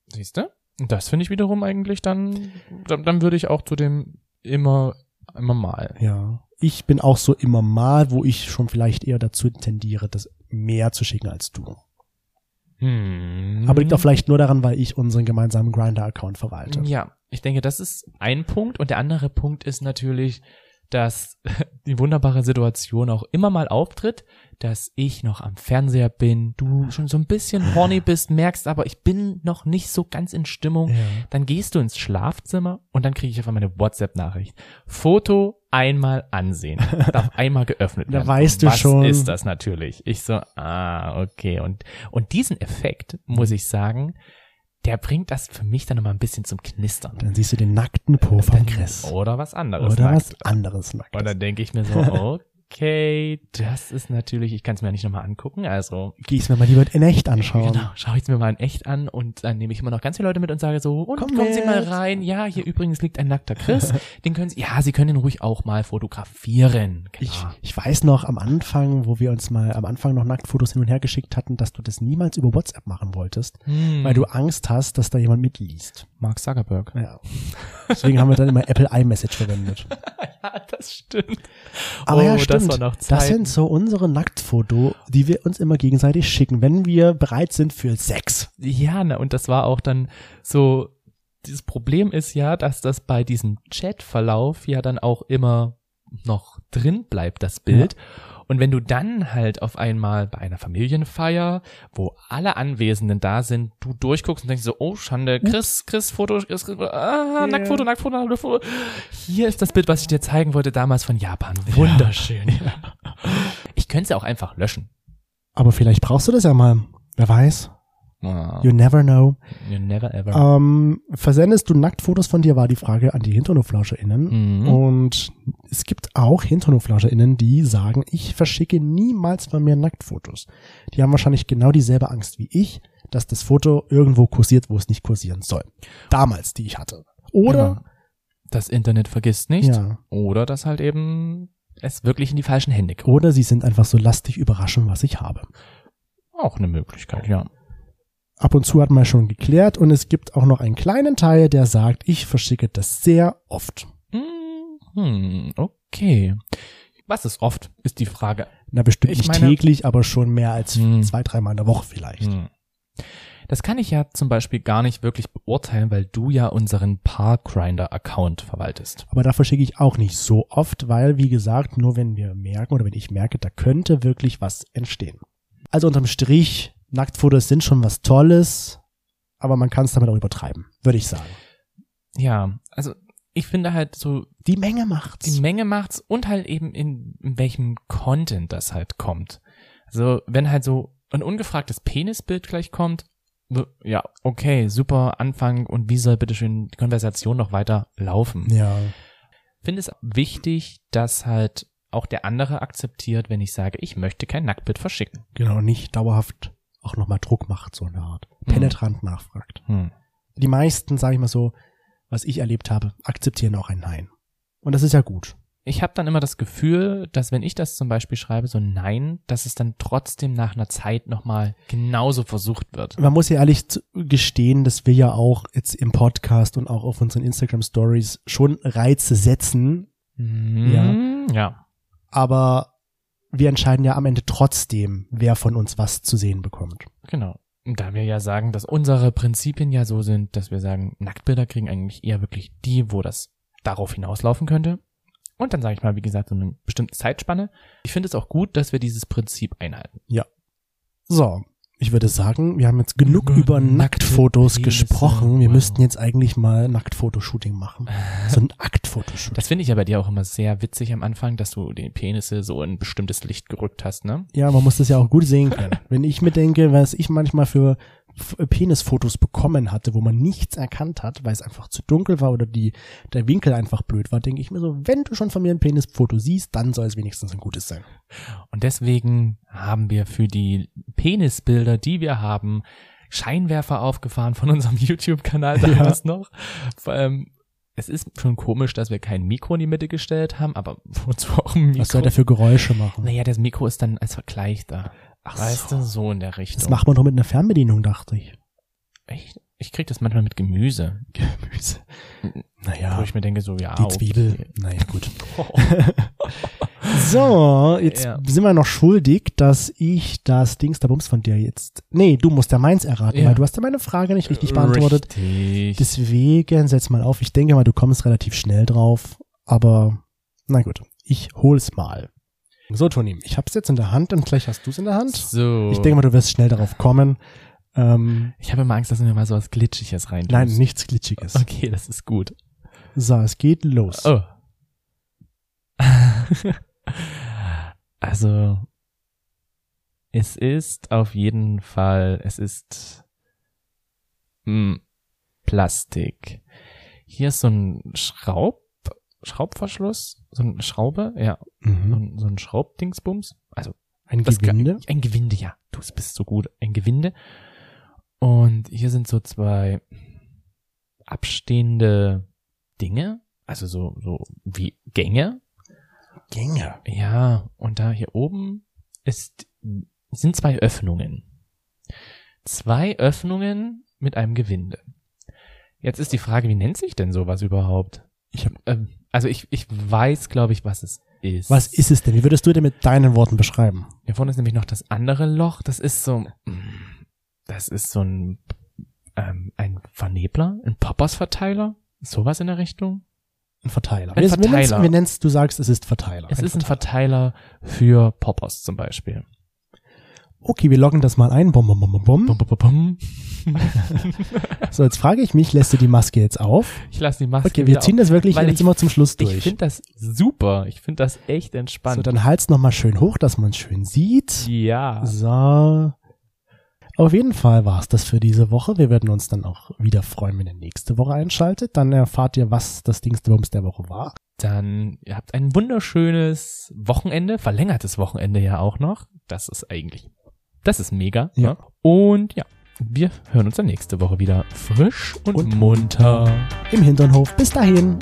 Speaker 2: Siehst du? Das finde ich wiederum eigentlich dann, dann, dann würde ich auch zu dem immer, immer mal.
Speaker 1: Ja. Ich bin auch so immer mal, wo ich schon vielleicht eher dazu tendiere, das mehr zu schicken als du.
Speaker 2: Hm.
Speaker 1: Aber liegt auch vielleicht nur daran, weil ich unseren gemeinsamen Grinder-Account verwalte.
Speaker 2: Ja, ich denke, das ist ein Punkt. Und der andere Punkt ist natürlich, dass [LAUGHS] die wunderbare Situation auch immer mal auftritt, dass ich noch am Fernseher bin, du schon so ein bisschen horny bist, merkst aber, ich bin noch nicht so ganz in Stimmung. Dann gehst du ins Schlafzimmer und dann kriege ich einfach meine WhatsApp-Nachricht. Foto einmal
Speaker 1: [LAUGHS]
Speaker 2: ansehen. Darf einmal geöffnet
Speaker 1: Da
Speaker 2: werden.
Speaker 1: weißt du
Speaker 2: Was
Speaker 1: schon.
Speaker 2: ist das natürlich? Ich so, ah, okay. Und, und diesen Effekt, muss ich sagen, der bringt das für mich dann nochmal ein bisschen zum Knistern.
Speaker 1: Dann siehst du den nackten Po von
Speaker 2: Dann-
Speaker 1: Chris.
Speaker 2: Oder was anderes.
Speaker 1: Oder
Speaker 2: nackt.
Speaker 1: was anderes
Speaker 2: Und
Speaker 1: Nacktes.
Speaker 2: dann denke ich mir
Speaker 1: [LAUGHS]
Speaker 2: so, okay, das ist natürlich, ich kann es mir ja nicht nochmal angucken, also
Speaker 1: Geh's mir mal lieber in echt anschauen.
Speaker 2: Genau, schaue ich es mir mal in echt an und dann nehme ich immer noch ganz viele Leute mit und sage so, und
Speaker 1: Komm
Speaker 2: kommen Sie mal
Speaker 1: mit.
Speaker 2: rein. Ja, hier übrigens liegt ein
Speaker 1: [LAUGHS]
Speaker 2: nackter Chris. Den können Sie, ja, Sie können ihn ruhig auch mal fotografieren.
Speaker 1: Ich,
Speaker 2: Klar.
Speaker 1: ich weiß noch am Anfang, wo wir uns mal am Anfang noch Nacktfotos hin und her geschickt hatten, dass du das niemals über WhatsApp machen wolltest,
Speaker 2: hm,
Speaker 1: weil du Angst hast, dass da jemand mitliest.
Speaker 2: Mark Zuckerberg.
Speaker 1: Ja. Deswegen haben wir dann immer Apple iMessage verwendet.
Speaker 2: [LAUGHS] Ja, das stimmt.
Speaker 1: Aber
Speaker 2: oh,
Speaker 1: ja, stimmt.
Speaker 2: Das war noch Zeit.
Speaker 1: Das sind so unsere Nacktfoto, die wir uns immer gegenseitig schicken, wenn wir bereit sind für Sex.
Speaker 2: ja, ne, und das war auch dann so, dieses Problem ist ja, dass das bei diesem Chatverlauf ja dann auch immer noch drin bleibt, das Bild. Und wenn du dann halt auf einmal bei einer Familienfeier, wo alle Anwesenden da sind, du durchguckst und denkst so, oh Schande, Chris, Chris, Foto, Chris, Chris ah, Nacktfoto, Nacktfoto, Nacktfoto. Hier ist das Bild, was ich dir zeigen wollte damals von Japan. Wunderschön. Ich könnte es ja auch einfach löschen.
Speaker 1: Aber vielleicht brauchst du das ja mal. Wer weiß? You
Speaker 2: You,
Speaker 1: never know.
Speaker 2: never ever.
Speaker 1: Ähm, versendest du Nacktfotos von dir, war die Frage an die HinternoflauscherInnen.
Speaker 2: Mhm.
Speaker 1: Und es gibt auch HinternoflauscherInnen, die sagen, ich verschicke niemals von mir Nacktfotos. Die haben wahrscheinlich genau dieselbe Angst wie ich, dass das Foto irgendwo kursiert, wo es nicht kursieren soll. Damals, die ich hatte. Oder?
Speaker 2: Immer. das Internet vergisst nicht
Speaker 1: Ja.
Speaker 2: oder dass halt eben es wirklich in die falschen Hände kommt.
Speaker 1: Oder sie sind einfach so lastig überraschen, was ich habe.
Speaker 2: Auch eine Möglichkeit, ja.
Speaker 1: Ab und zu hat man schon geklärt und es gibt auch noch einen kleinen Teil, der sagt, ich verschicke das sehr oft.
Speaker 2: Mhm, okay. Was ist oft, ist die Frage.
Speaker 1: Na, bestimmt
Speaker 2: Ich
Speaker 1: nicht
Speaker 2: meine-
Speaker 1: täglich, aber schon mehr als
Speaker 2: Hm.
Speaker 1: zwei, dreimal in der Woche vielleicht.
Speaker 2: Hm. Das kann ich ja zum Beispiel gar nicht wirklich beurteilen, weil du ja unseren Parkgrinder-Account verwaltest.
Speaker 1: Aber da verschicke ich auch nicht so oft, weil, wie gesagt, nur wenn wir merken oder wenn ich merke, da könnte wirklich was entstehen. Also unterm Strich, Nacktfotos sind schon was Tolles, aber man kann es damit auch übertreiben, würde ich sagen.
Speaker 2: Ja, also ich finde halt so,
Speaker 1: Die Menge macht's.
Speaker 2: die Menge macht's und halt eben in, in welchem Content das halt kommt. Also wenn halt so ein ungefragtes Penisbild gleich kommt, w- ja, okay, super Anfang und wie soll bitteschön die Konversation noch weiter laufen?
Speaker 1: ja.
Speaker 2: Finde es wichtig, dass halt auch der andere akzeptiert, wenn ich sage, ich möchte kein Nacktbild verschicken.
Speaker 1: Genau, nicht dauerhaft auch nochmal Druck macht, so eine Art. Penetrant nachfragt.
Speaker 2: Hm.
Speaker 1: Die meisten, sage ich mal so, was ich erlebt habe, akzeptieren auch ein Nein. Und das ist ja gut.
Speaker 2: Ich habe dann immer das Gefühl, dass wenn ich das zum Beispiel schreibe, so nein, dass es dann trotzdem nach einer Zeit nochmal genauso versucht wird.
Speaker 1: Man muss ja ehrlich zu- gestehen, dass wir ja auch jetzt im Podcast und auch auf unseren Instagram
Speaker 2: Hm,
Speaker 1: Stories schon Reize setzen,
Speaker 2: Ja. ja.
Speaker 1: aber wir entscheiden ja am Ende trotzdem, wer von uns was zu sehen bekommt.
Speaker 2: Genau. Und Da wir ja sagen, dass unsere Prinzipien ja so sind, dass wir sagen, Nacktbilder kriegen eigentlich eher wirklich die, wo das darauf hinauslaufen könnte. Und dann sage ich mal, wie gesagt, so eine bestimmte Zeitspanne. Ich finde es auch gut, dass wir dieses Prinzip einhalten.
Speaker 1: So, ich würde sagen, wir haben jetzt genug
Speaker 2: Über
Speaker 1: über,
Speaker 2: nackte
Speaker 1: Nacktfotos
Speaker 2: Penisse.
Speaker 1: gesprochen. Wir
Speaker 2: Wow.
Speaker 1: müssten jetzt eigentlich mal Nacktfotoshooting machen. So
Speaker 2: [LAUGHS]
Speaker 1: ein Aktfotoshooting.
Speaker 2: Das finde ich ja bei dir auch immer sehr witzig am Anfang, dass du die Penisse so in ein bestimmtes Licht gerückt hast, ne?
Speaker 1: Ja, man muss das ja auch gut sehen
Speaker 2: [LAUGHS]
Speaker 1: können. Wenn ich mir denke, was ich manchmal für F- Penisfotos bekommen hatte, wo man nichts erkannt hat, weil es einfach zu dunkel war oder die, der Winkel einfach blöd war, denke ich mir so, wenn du schon von mir ein Penisfoto siehst, dann soll es wenigstens ein gutes sein.
Speaker 2: Und deswegen haben wir für die Penisbilder, die wir haben, Scheinwerfer aufgefahren von unserem [LAUGHS] YouTube-Kanal damals noch. Vor allem, es ist schon komisch, dass wir kein Mikro in die Mitte gestellt haben, aber [LAUGHS] wozu auch ein Mikro?
Speaker 1: Was soll der für Geräusche machen?
Speaker 2: [LAUGHS] naja, das Mikro ist dann als Vergleich da.
Speaker 1: Ach
Speaker 2: weißt du, so in der Richtung.
Speaker 1: Das macht man doch mit einer Fernbedienung, dachte ich.
Speaker 2: ich, ich krieg das manchmal mit Gemüse,
Speaker 1: Gemüse. Naja,
Speaker 2: wo ich mir denke, so, ja,
Speaker 1: die
Speaker 2: okay. [LAUGHS]
Speaker 1: Zwiebel. [LAUGHS] Naja, gut.
Speaker 2: Oh,
Speaker 1: So, jetzt
Speaker 2: Ja.
Speaker 1: sind wir noch schuldig, dass ich das Dingsterbums von dir jetzt. Nee, du musst ja meins erraten,
Speaker 2: Ja.
Speaker 1: weil du hast ja meine Frage nicht richtig beantwortet.
Speaker 2: Richtig.
Speaker 1: Deswegen setz mal auf. Ich denke mal, du kommst relativ schnell drauf, aber na gut, ich hol's mal. So, Toni, ich hab's jetzt in der Hand und gleich hast du's in der Hand.
Speaker 2: so.
Speaker 1: Ich denke mal, du wirst schnell darauf kommen. Ähm,
Speaker 2: ich habe immer Angst, dass du mir mal sowas Glitschiges rein
Speaker 1: nein, nichts Glitschiges.
Speaker 2: Okay, das ist gut.
Speaker 1: So, es geht los.
Speaker 2: Oh. [LAUGHS] also, es ist auf jeden Fall, es ist hm, Plastik. Hier ist so ein Schraub, Schraubverschluss, so eine Schraube, ja, so
Speaker 1: Mhm.
Speaker 2: ein- so ein Schraubdingsbums. Also
Speaker 1: Ein
Speaker 2: das kann-
Speaker 1: Gewinde.
Speaker 2: ein Gewinde, ja. Du bist so gut. Ein Gewinde. Und hier sind so zwei abstehende Dinge. Also so, so wie Gänge.
Speaker 1: Gänge.
Speaker 2: Ja. Und da hier oben ist, sind zwei Öffnungen. Zwei Öffnungen mit einem Gewinde. Jetzt ist die Frage, wie nennt sich denn sowas überhaupt?
Speaker 1: Ich hab-
Speaker 2: ähm, also ich, ich weiß, glaube ich, was es ist.
Speaker 1: Was ist es denn? Wie würdest du denn mit deinen Worten beschreiben?
Speaker 2: Hier vorne ist nämlich noch das andere Loch. Das ist so, mm, das ist so ein, ähm, ein Vernebler, ein Poppers-Verteiler, sowas in der Richtung.
Speaker 1: Ein Verteiler.
Speaker 2: Ein
Speaker 1: Wir- Wir, nennen's-
Speaker 2: Verteiler.
Speaker 1: wir nennen's, du sagst, es ist Verteiler.
Speaker 2: es ist ein Verteiler für Poppers zum Beispiel.
Speaker 1: Okay, wir loggen das mal ein. Bum, bum, bum, bum,
Speaker 2: Bum,
Speaker 1: bum.
Speaker 2: bum, bum, bum.
Speaker 1: So, jetzt frage ich mich, lässt du die Maske jetzt auf?
Speaker 2: Ich lasse die Maske
Speaker 1: Okay, wir
Speaker 2: wieder
Speaker 1: ziehen das wirklich
Speaker 2: weil
Speaker 1: jetzt
Speaker 2: ich-
Speaker 1: immer zum Schluss
Speaker 2: auf. Ich
Speaker 1: durch.
Speaker 2: finde das super. Ich finde das echt
Speaker 1: So,
Speaker 2: entspannt.
Speaker 1: dann halt's nochmal schön hoch, dass man schön sieht.
Speaker 2: ja.
Speaker 1: So. Auf jeden Fall war's das für diese Woche. Wir werden uns dann auch wieder freuen, wenn ihr nächste Woche einschaltet. Dann erfahrt ihr, was das Dingsbums der Woche war.
Speaker 2: Dann, ihr habt ein wunderschönes Wochenende, verlängertes Wochenende ja auch noch. Das ist eigentlich, das ist mega.
Speaker 1: Ja.
Speaker 2: Ne? Und ja, wir hören uns dann nächste Woche wieder frisch und,
Speaker 1: Und-
Speaker 2: munter.
Speaker 1: Im Hinternhof. Bis dahin.